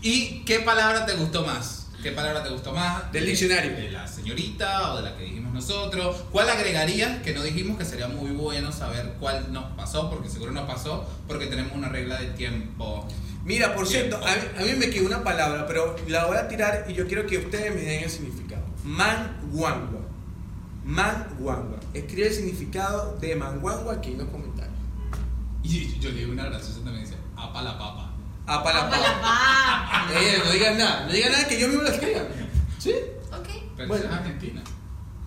Speaker 1: ¿Y qué palabra te gustó más? ¿Qué palabra te gustó más?
Speaker 5: Del diccionario.
Speaker 1: De la señorita o de la que dijimos nosotros. ¿Cuál agregarías que no dijimos que sería muy bueno saber cuál nos pasó? Porque seguro nos pasó porque tenemos una regla de tiempo.
Speaker 5: Mira, por cierto, a mí, a mí me quedó una palabra, pero la voy a tirar y yo quiero que ustedes me den el significado. Manguangua. Manguangua. Escribe el significado de manguangua aquí en los comentarios.
Speaker 1: Y yo le digo una graciosa también dice, apa la papa.
Speaker 5: Apa la
Speaker 3: Apa la
Speaker 5: papa.
Speaker 3: papa.
Speaker 5: Eh, no digas nada, no digas nada que yo mismo lo escriba. ¿Sí?
Speaker 3: Ok.
Speaker 1: Pero
Speaker 5: Bueno.
Speaker 1: eso es Argentina.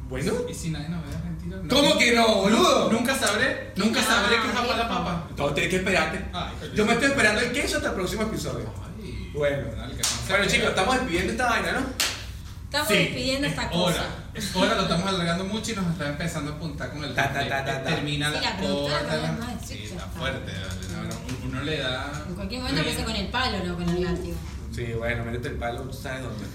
Speaker 5: Bueno.
Speaker 1: ¿Y si nadie nos ve de Argentina? No.
Speaker 2: ¿Cómo que no, boludo?
Speaker 1: Nunca sabré,
Speaker 3: Ah,
Speaker 1: nunca sabré que es apa la papa.
Speaker 5: Todo tienes que esperarte.
Speaker 1: Ay, coño.
Speaker 5: Yo me estoy esperando el queso hasta el próximo episodio.
Speaker 1: Ay,
Speaker 5: Bueno.
Speaker 1: dale, que no se
Speaker 5: Bueno, chicos,
Speaker 1: vea.
Speaker 5: estamos despidiendo esta vaina, ¿no?
Speaker 3: Estamos
Speaker 1: Sí,
Speaker 3: despidiendo esta
Speaker 1: es
Speaker 3: cosa.
Speaker 1: hora, es hora, lo estamos alargando mucho y nos está empezando a apuntar con el
Speaker 5: Ta, ta, ta, ta, ta.
Speaker 1: termina
Speaker 3: Sí, la
Speaker 1: la
Speaker 3: productora
Speaker 1: corta,
Speaker 3: cada vez
Speaker 1: la-
Speaker 3: más
Speaker 1: sí,
Speaker 3: estricta
Speaker 1: está
Speaker 3: está.
Speaker 1: fuerte, vale, no, no, uno le da
Speaker 3: En cualquier momento empieza con el palo, no con el látigo.
Speaker 5: Sí, bueno, métete el palo, tú sabes dónde.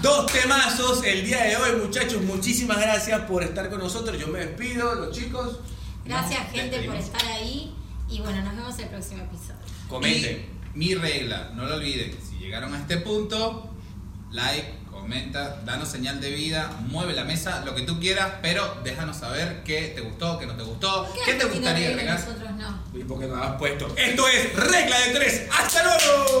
Speaker 5: Dos temazos el día de hoy, muchachos. Muchísimas gracias por estar con nosotros. Yo me despido, los chicos.
Speaker 3: Gracias,
Speaker 1: Nos
Speaker 3: gente, por
Speaker 1: despedimos.
Speaker 3: estar ahí. Y bueno, nos vemos el próximo episodio.
Speaker 2: Comenten.
Speaker 1: Y mi regla, no lo olviden, si llegaron a este punto, like, comenta, danos señal de vida, mueve la mesa, lo que tú quieras, pero déjanos saber qué te gustó, qué no te gustó, qué te
Speaker 3: Argentina
Speaker 1: gustaría
Speaker 3: vive y
Speaker 1: agregar.
Speaker 3: Nosotros no.
Speaker 2: Y porque no has puesto. Esto es regla de tres. ¡Hasta luego!